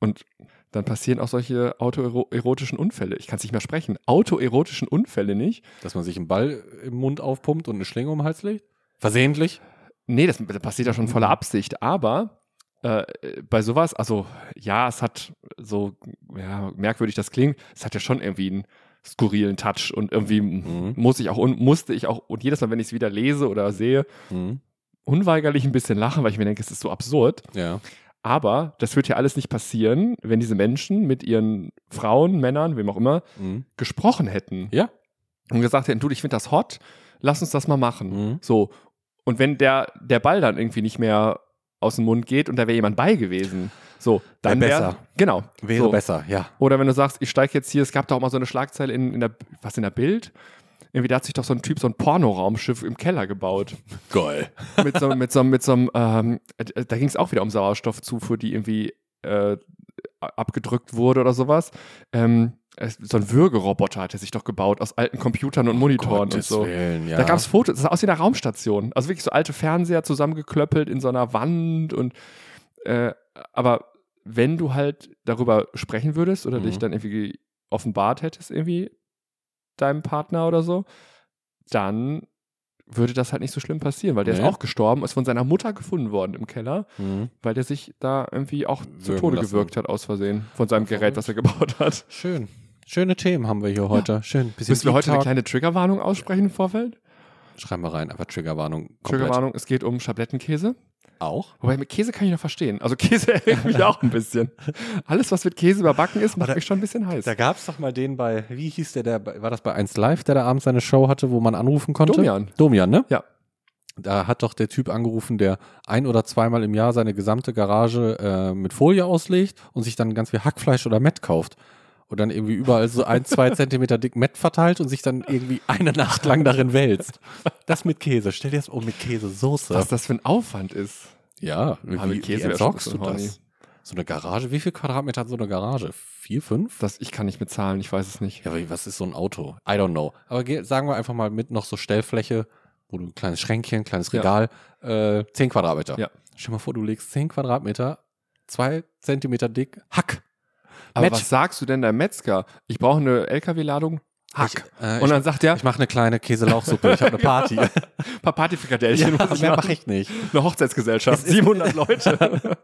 [SPEAKER 2] Und dann passieren auch solche autoerotischen Unfälle. Ich kann es nicht mehr sprechen. Autoerotischen Unfälle nicht.
[SPEAKER 1] Dass man sich einen Ball im Mund aufpumpt und eine Schlinge um den Hals legt? Versehentlich?
[SPEAKER 2] Nee, das, das passiert ja schon voller Absicht, aber äh, bei sowas, also ja, es hat so, ja, merkwürdig das klingt, es hat ja schon irgendwie einen skurrilen Touch und irgendwie
[SPEAKER 1] Mhm.
[SPEAKER 2] muss ich auch und musste ich auch und jedes Mal, wenn ich es wieder lese oder sehe,
[SPEAKER 1] Mhm.
[SPEAKER 2] unweigerlich ein bisschen lachen, weil ich mir denke, es ist so absurd.
[SPEAKER 1] Ja.
[SPEAKER 2] Aber das wird ja alles nicht passieren, wenn diese Menschen mit ihren Frauen, Männern, wem auch immer,
[SPEAKER 1] Mhm.
[SPEAKER 2] gesprochen hätten.
[SPEAKER 1] Ja.
[SPEAKER 2] Und gesagt hätten, du, ich finde das hot, lass uns das mal machen.
[SPEAKER 1] Mhm.
[SPEAKER 2] So. Und wenn der, der Ball dann irgendwie nicht mehr aus dem Mund geht und da wäre jemand bei gewesen, so, dann
[SPEAKER 1] Wäre
[SPEAKER 2] wäre.
[SPEAKER 1] besser.
[SPEAKER 2] Genau.
[SPEAKER 1] Wäre
[SPEAKER 2] so.
[SPEAKER 1] besser, ja.
[SPEAKER 2] Oder wenn du sagst, ich steige jetzt hier, es gab da auch mal so eine Schlagzeile in, in der, was in der Bild? Irgendwie, da hat sich doch so ein Typ so ein Pornoraumschiff im Keller gebaut.
[SPEAKER 1] Geil.
[SPEAKER 2] mit so, mit so, mit so einem, ähm, äh, da ging es auch wieder um Sauerstoffzufuhr, die irgendwie äh, abgedrückt wurde oder sowas. Ähm, es- so ein Würgeroboter hat er sich doch gebaut aus alten Computern und Monitoren und
[SPEAKER 1] Gottes
[SPEAKER 2] so.
[SPEAKER 1] Willen, ja.
[SPEAKER 2] Da gab es Fotos, das sah aus wie eine Raumstation. Also wirklich so alte Fernseher zusammengeklöppelt in so einer Wand und äh, aber wenn du halt darüber sprechen würdest oder
[SPEAKER 1] Mhm.
[SPEAKER 2] dich dann irgendwie offenbart hättest, irgendwie deinem Partner oder so, dann würde das halt nicht so schlimm passieren, weil der
[SPEAKER 1] Nee.
[SPEAKER 2] ist auch gestorben, ist von seiner Mutter gefunden worden im Keller,
[SPEAKER 1] Mhm.
[SPEAKER 2] weil der sich da irgendwie auch zu
[SPEAKER 1] Würgen
[SPEAKER 2] Tode
[SPEAKER 1] lassen.
[SPEAKER 2] gewirkt hat aus Versehen von seinem
[SPEAKER 1] Verrückt.
[SPEAKER 2] Gerät, was er gebaut hat.
[SPEAKER 1] Schön. Schöne Themen haben wir hier heute. Schön. Bisschen
[SPEAKER 2] Müssen wir heute eine
[SPEAKER 1] E-Talk.
[SPEAKER 2] kleine Triggerwarnung aussprechen im Vorfeld?
[SPEAKER 1] Schreiben wir rein, aber Triggerwarnung. komplett.
[SPEAKER 2] Triggerwarnung, es geht um Schablettenkäse.
[SPEAKER 1] Auch?
[SPEAKER 2] Wobei mit Käse kann ich noch verstehen. Also [laughs] Käse erregt mich auch ein bisschen. Alles, was mit Käse überbacken ist, macht
[SPEAKER 1] Oder-
[SPEAKER 2] mich schon ein bisschen heiß.
[SPEAKER 1] Da gab es doch mal den bei, wie hieß der, der, bei- war das bei 1 Live, der da abends seine Show hatte, wo man anrufen konnte?
[SPEAKER 2] Domian.
[SPEAKER 1] Domian, ne?
[SPEAKER 2] Ja.
[SPEAKER 1] Da hat doch der Typ angerufen, der ein oder zweimal im Jahr seine gesamte Garage äh, mit Folie auslegt und sich dann ganz viel Hackfleisch oder Mett kauft. Und dann irgendwie überall so ein,
[SPEAKER 2] [laughs]
[SPEAKER 1] zwei Zentimeter dick Mett verteilt und sich dann irgendwie eine Nacht lang darin wälzt. Das mit Käse. Stell dir das oh, mit Käsesoße.
[SPEAKER 2] Was das für ein Aufwand ist.
[SPEAKER 1] Ja,
[SPEAKER 2] Aber
[SPEAKER 1] wie,
[SPEAKER 2] mit Käse
[SPEAKER 1] wie
[SPEAKER 2] wär
[SPEAKER 1] entsorgst
[SPEAKER 2] schon
[SPEAKER 1] du
[SPEAKER 2] ein bisschen
[SPEAKER 1] das? So eine Garage, wie viel Quadratmeter hat so eine Garage? Vier, fünf?
[SPEAKER 2] Das, ich kann nicht mit Zahlen, ich weiß es nicht.
[SPEAKER 1] Ja, aber was ist so ein Auto? I don't know. Aber ge- sagen wir einfach mal mit noch so Stellfläche, wo du ein kleines Schränkchen, ein kleines
[SPEAKER 2] Ja.
[SPEAKER 1] Regal, äh, 10 Quadratmeter.
[SPEAKER 2] Ja.
[SPEAKER 1] Stell dir mal vor, du legst 10 Quadratmeter, 2 Zentimeter dick, Hack.
[SPEAKER 2] Aber
[SPEAKER 1] Match.
[SPEAKER 2] was sagst du denn deinem Metzger? Ich brauche eine LKW-Ladung. Hack.
[SPEAKER 1] Ich, äh,
[SPEAKER 2] Und
[SPEAKER 1] ich,
[SPEAKER 2] dann sagt er,
[SPEAKER 1] ich mache eine kleine Käselauchsuppe, ich habe eine Party.
[SPEAKER 2] ein paar [laughs] Partyfrikadellchen.
[SPEAKER 1] [laughs] ja,
[SPEAKER 2] muss [laughs] ich
[SPEAKER 1] mehr
[SPEAKER 2] machen.
[SPEAKER 1] mache ich nicht.
[SPEAKER 2] Eine Hochzeitsgesellschaft, 700 Leute.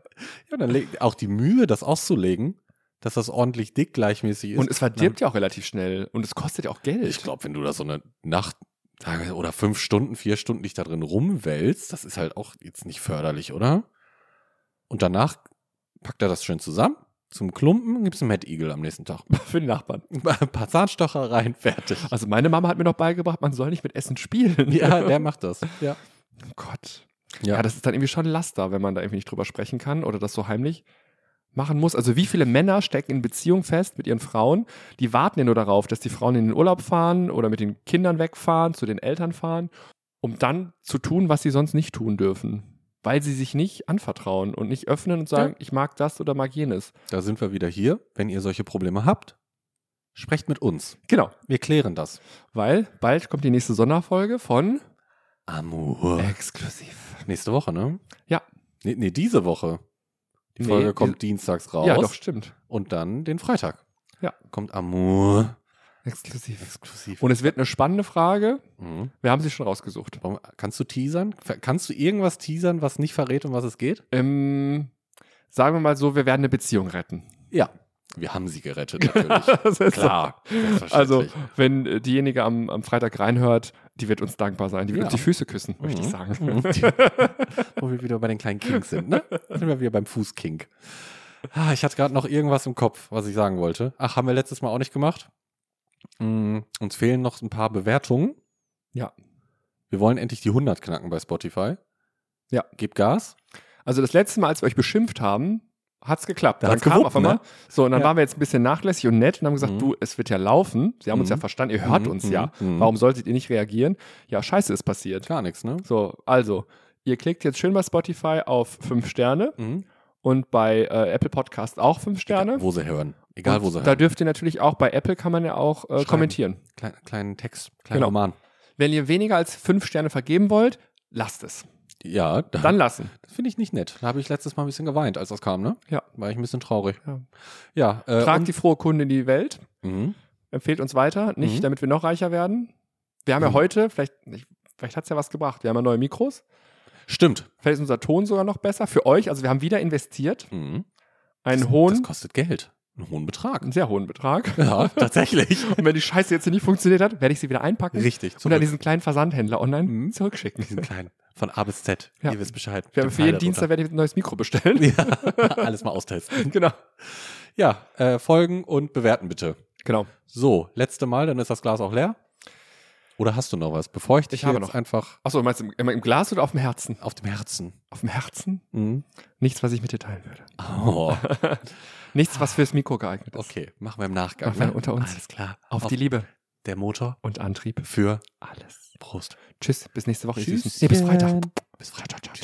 [SPEAKER 1] Ja, dann leg, auch die Mühe, das auszulegen, dass das ordentlich dick gleichmäßig [laughs] ist.
[SPEAKER 2] Und es verdirbt ja auch relativ schnell. Und es kostet ja auch Geld.
[SPEAKER 1] Ich glaube, wenn du da so eine Nacht Tage oder fünf Stunden, vier Stunden dich da drin rumwälzt, das ist halt auch jetzt nicht förderlich, oder? Und danach packt er das schön zusammen, zum Klumpen, gibt's einen Mad Eagle am nächsten Tag.
[SPEAKER 2] [laughs]
[SPEAKER 1] [laughs]
[SPEAKER 2] für den Nachbarn.
[SPEAKER 1] Ein paar Zahnstocher rein, fertig.
[SPEAKER 2] Also meine Mama hat mir noch beigebracht, man soll nicht mit Essen spielen.
[SPEAKER 1] Ja, der macht das. Ja.
[SPEAKER 2] [laughs] Oh Gott. Ja.
[SPEAKER 1] Ja,
[SPEAKER 2] das ist dann irgendwie schon Laster, wenn man da irgendwie nicht drüber sprechen kann oder das so heimlich machen muss. Also wie viele Männer stecken in Beziehung fest mit ihren Frauen? Die warten ja nur darauf, dass die Frauen in den Urlaub fahren oder mit den Kindern wegfahren, zu den Eltern fahren, um dann zu tun, was sie sonst nicht tun dürfen. Weil sie sich nicht anvertrauen und nicht öffnen und sagen, ich mag das oder mag jenes.
[SPEAKER 1] da sind wir wieder hier. Wenn ihr solche Probleme habt, sprecht mit uns.
[SPEAKER 2] Genau.
[SPEAKER 1] Wir klären das.
[SPEAKER 2] Weil bald kommt die nächste Sonderfolge von
[SPEAKER 1] Amour.
[SPEAKER 2] Exklusiv.
[SPEAKER 1] Äh, Nächste Woche, ne?
[SPEAKER 2] Ja.
[SPEAKER 1] Nee, nee diese Woche. Die
[SPEAKER 2] Nee,
[SPEAKER 1] Folge
[SPEAKER 2] die-
[SPEAKER 1] kommt dienstags raus.
[SPEAKER 2] Ja, doch, stimmt.
[SPEAKER 1] und dann den Freitag.
[SPEAKER 2] Ja.
[SPEAKER 1] Kommt Amour.
[SPEAKER 2] Exklusiv.
[SPEAKER 1] Exklusiv.
[SPEAKER 2] Und es wird eine spannende Frage.
[SPEAKER 1] Mhm.
[SPEAKER 2] Wir haben sie schon rausgesucht.
[SPEAKER 1] Warum, kannst du teasern? Ver- Kannst du irgendwas teasern, was nicht verrät, um was es geht?
[SPEAKER 2] Ähm, sagen wir mal so, wir werden eine Beziehung retten.
[SPEAKER 1] [laughs] Ja. Wir haben sie gerettet,
[SPEAKER 2] [laughs]
[SPEAKER 1] natürlich.
[SPEAKER 2] Das ist
[SPEAKER 1] Klar.
[SPEAKER 2] So. Also,
[SPEAKER 1] Selbstverständlich.
[SPEAKER 2] wenn äh, diejenige am, am Freitag reinhört, die wird uns dankbar sein. Die wird
[SPEAKER 1] Ja.
[SPEAKER 2] uns die Füße küssen, möchte ich
[SPEAKER 1] Mhm.
[SPEAKER 2] sagen. [laughs]
[SPEAKER 1] Mhm. Wo wir wieder bei den kleinen Kings sind, ne? Sind wir wieder beim Fußkink. Ah, ich hatte gerade noch irgendwas im Kopf, was ich sagen wollte. Ach, haben wir letztes Mal auch nicht gemacht. Mm, uns fehlen noch ein paar Bewertungen.
[SPEAKER 2] Ja.
[SPEAKER 1] Wir wollen endlich die 100 knacken bei Spotify.
[SPEAKER 2] Ja.
[SPEAKER 1] Gebt Gas.
[SPEAKER 2] Also, das letzte Mal, als wir euch beschimpft haben, hat's geklappt.
[SPEAKER 1] Da
[SPEAKER 2] dann
[SPEAKER 1] hat's
[SPEAKER 2] kam
[SPEAKER 1] gewuppt,
[SPEAKER 2] auf einmal.
[SPEAKER 1] ne?
[SPEAKER 2] So, und dann
[SPEAKER 1] Ja.
[SPEAKER 2] waren wir jetzt ein bisschen nachlässig und nett und haben gesagt,
[SPEAKER 1] Mhm.
[SPEAKER 2] du, es wird ja laufen. Sie haben uns
[SPEAKER 1] Mhm.
[SPEAKER 2] ja verstanden, ihr hört
[SPEAKER 1] Mhm,
[SPEAKER 2] uns
[SPEAKER 1] mhm,
[SPEAKER 2] ja.
[SPEAKER 1] mhm.
[SPEAKER 2] Warum solltet ihr nicht reagieren? Ja, scheiße ist passiert.
[SPEAKER 1] Gar nichts, ne?
[SPEAKER 2] So, also, ihr klickt jetzt schön bei Spotify auf fünf Sterne
[SPEAKER 1] Mhm.
[SPEAKER 2] und bei äh, Apple Podcast auch fünf Sterne.
[SPEAKER 1] Egal, wo sie hören. Egal, wo sie
[SPEAKER 2] und da
[SPEAKER 1] hören.
[SPEAKER 2] dürft ihr natürlich auch, bei Apple kann man ja auch äh,
[SPEAKER 1] Schreiben.
[SPEAKER 2] kommentieren.
[SPEAKER 1] Klein, kleinen Text, kleinen
[SPEAKER 2] Genau.
[SPEAKER 1] Roman.
[SPEAKER 2] Wenn ihr weniger als fünf Sterne vergeben wollt, lasst es.
[SPEAKER 1] Ja, da- [clears throat]
[SPEAKER 2] Dann lassen.
[SPEAKER 1] das finde ich nicht nett. Da habe ich letztes Mal ein bisschen geweint, als das kam, ne?
[SPEAKER 2] Ja.
[SPEAKER 1] War ich ein bisschen traurig.
[SPEAKER 2] Ja.
[SPEAKER 1] Ja, äh,
[SPEAKER 2] Tragt
[SPEAKER 1] und-
[SPEAKER 2] die frohe Kunde in die Welt.
[SPEAKER 1] Mhm.
[SPEAKER 2] Empfehlt uns weiter, nicht
[SPEAKER 1] Mhm.
[SPEAKER 2] damit wir noch reicher werden. Wir haben ja
[SPEAKER 1] Mhm.
[SPEAKER 2] heute, vielleicht, ich, vielleicht hat's ja was gebracht, wir haben ja neue Mikros.
[SPEAKER 1] Stimmt.
[SPEAKER 2] Vielleicht ist unser Ton sogar noch besser für euch. Also wir haben wieder investiert.
[SPEAKER 1] Mhm.
[SPEAKER 2] Einen
[SPEAKER 1] das, Das
[SPEAKER 2] hohen,
[SPEAKER 1] kostet Geld. Einen hohen Betrag.
[SPEAKER 2] [laughs] einen sehr hohen Betrag.
[SPEAKER 1] Ja,
[SPEAKER 2] [laughs]
[SPEAKER 1] tatsächlich.
[SPEAKER 2] Und wenn die Scheiße jetzt hier nicht funktioniert hat, werde ich sie wieder einpacken
[SPEAKER 1] Richtig.
[SPEAKER 2] und an diesen kleinen Versandhändler online
[SPEAKER 1] Mhm. [laughs]
[SPEAKER 2] zurückschicken.
[SPEAKER 1] diesen kleinen. Von A bis Z.
[SPEAKER 2] Ja.
[SPEAKER 1] Ihr wisst Bescheid.
[SPEAKER 2] Wir haben
[SPEAKER 1] Den
[SPEAKER 2] für jeden
[SPEAKER 1] Teil
[SPEAKER 2] Dienstag werde ich ein neues Mikro
[SPEAKER 1] darunter.
[SPEAKER 2] bestellen.
[SPEAKER 1] [laughs] Ja, alles mal austesten.
[SPEAKER 2] [laughs] genau.
[SPEAKER 1] Ja, äh, folgen und bewerten bitte.
[SPEAKER 2] [laughs] Genau.
[SPEAKER 1] So, letzte Mal, dann ist das Glas auch leer. Oder hast du noch was? Bevor ich dich
[SPEAKER 2] Ich habe
[SPEAKER 1] jetzt
[SPEAKER 2] noch.
[SPEAKER 1] einfach
[SPEAKER 2] Achso, meinst du im, im Glas oder auf dem Herzen?
[SPEAKER 1] auf dem Herzen.
[SPEAKER 2] Auf dem Herzen?
[SPEAKER 1] Mhm.
[SPEAKER 2] Nichts, was ich mit dir teilen würde. [laughs]
[SPEAKER 1] Oh,
[SPEAKER 2] Nichts, was fürs Mikro geeignet ist.
[SPEAKER 1] okay. Machen wir im Nachgang. ne?
[SPEAKER 2] Machen wir unter uns.
[SPEAKER 1] Alles klar.
[SPEAKER 2] Auf die Liebe
[SPEAKER 1] der Motor
[SPEAKER 2] und Antrieb.
[SPEAKER 1] für
[SPEAKER 2] Alles.
[SPEAKER 1] Prost.
[SPEAKER 2] Tschüss, bis nächste Woche. ihr Süßen.
[SPEAKER 1] Tschüss.
[SPEAKER 2] Nee, bis Freitag.
[SPEAKER 1] Bis Freitag.
[SPEAKER 2] Ciao, ciao, ciao.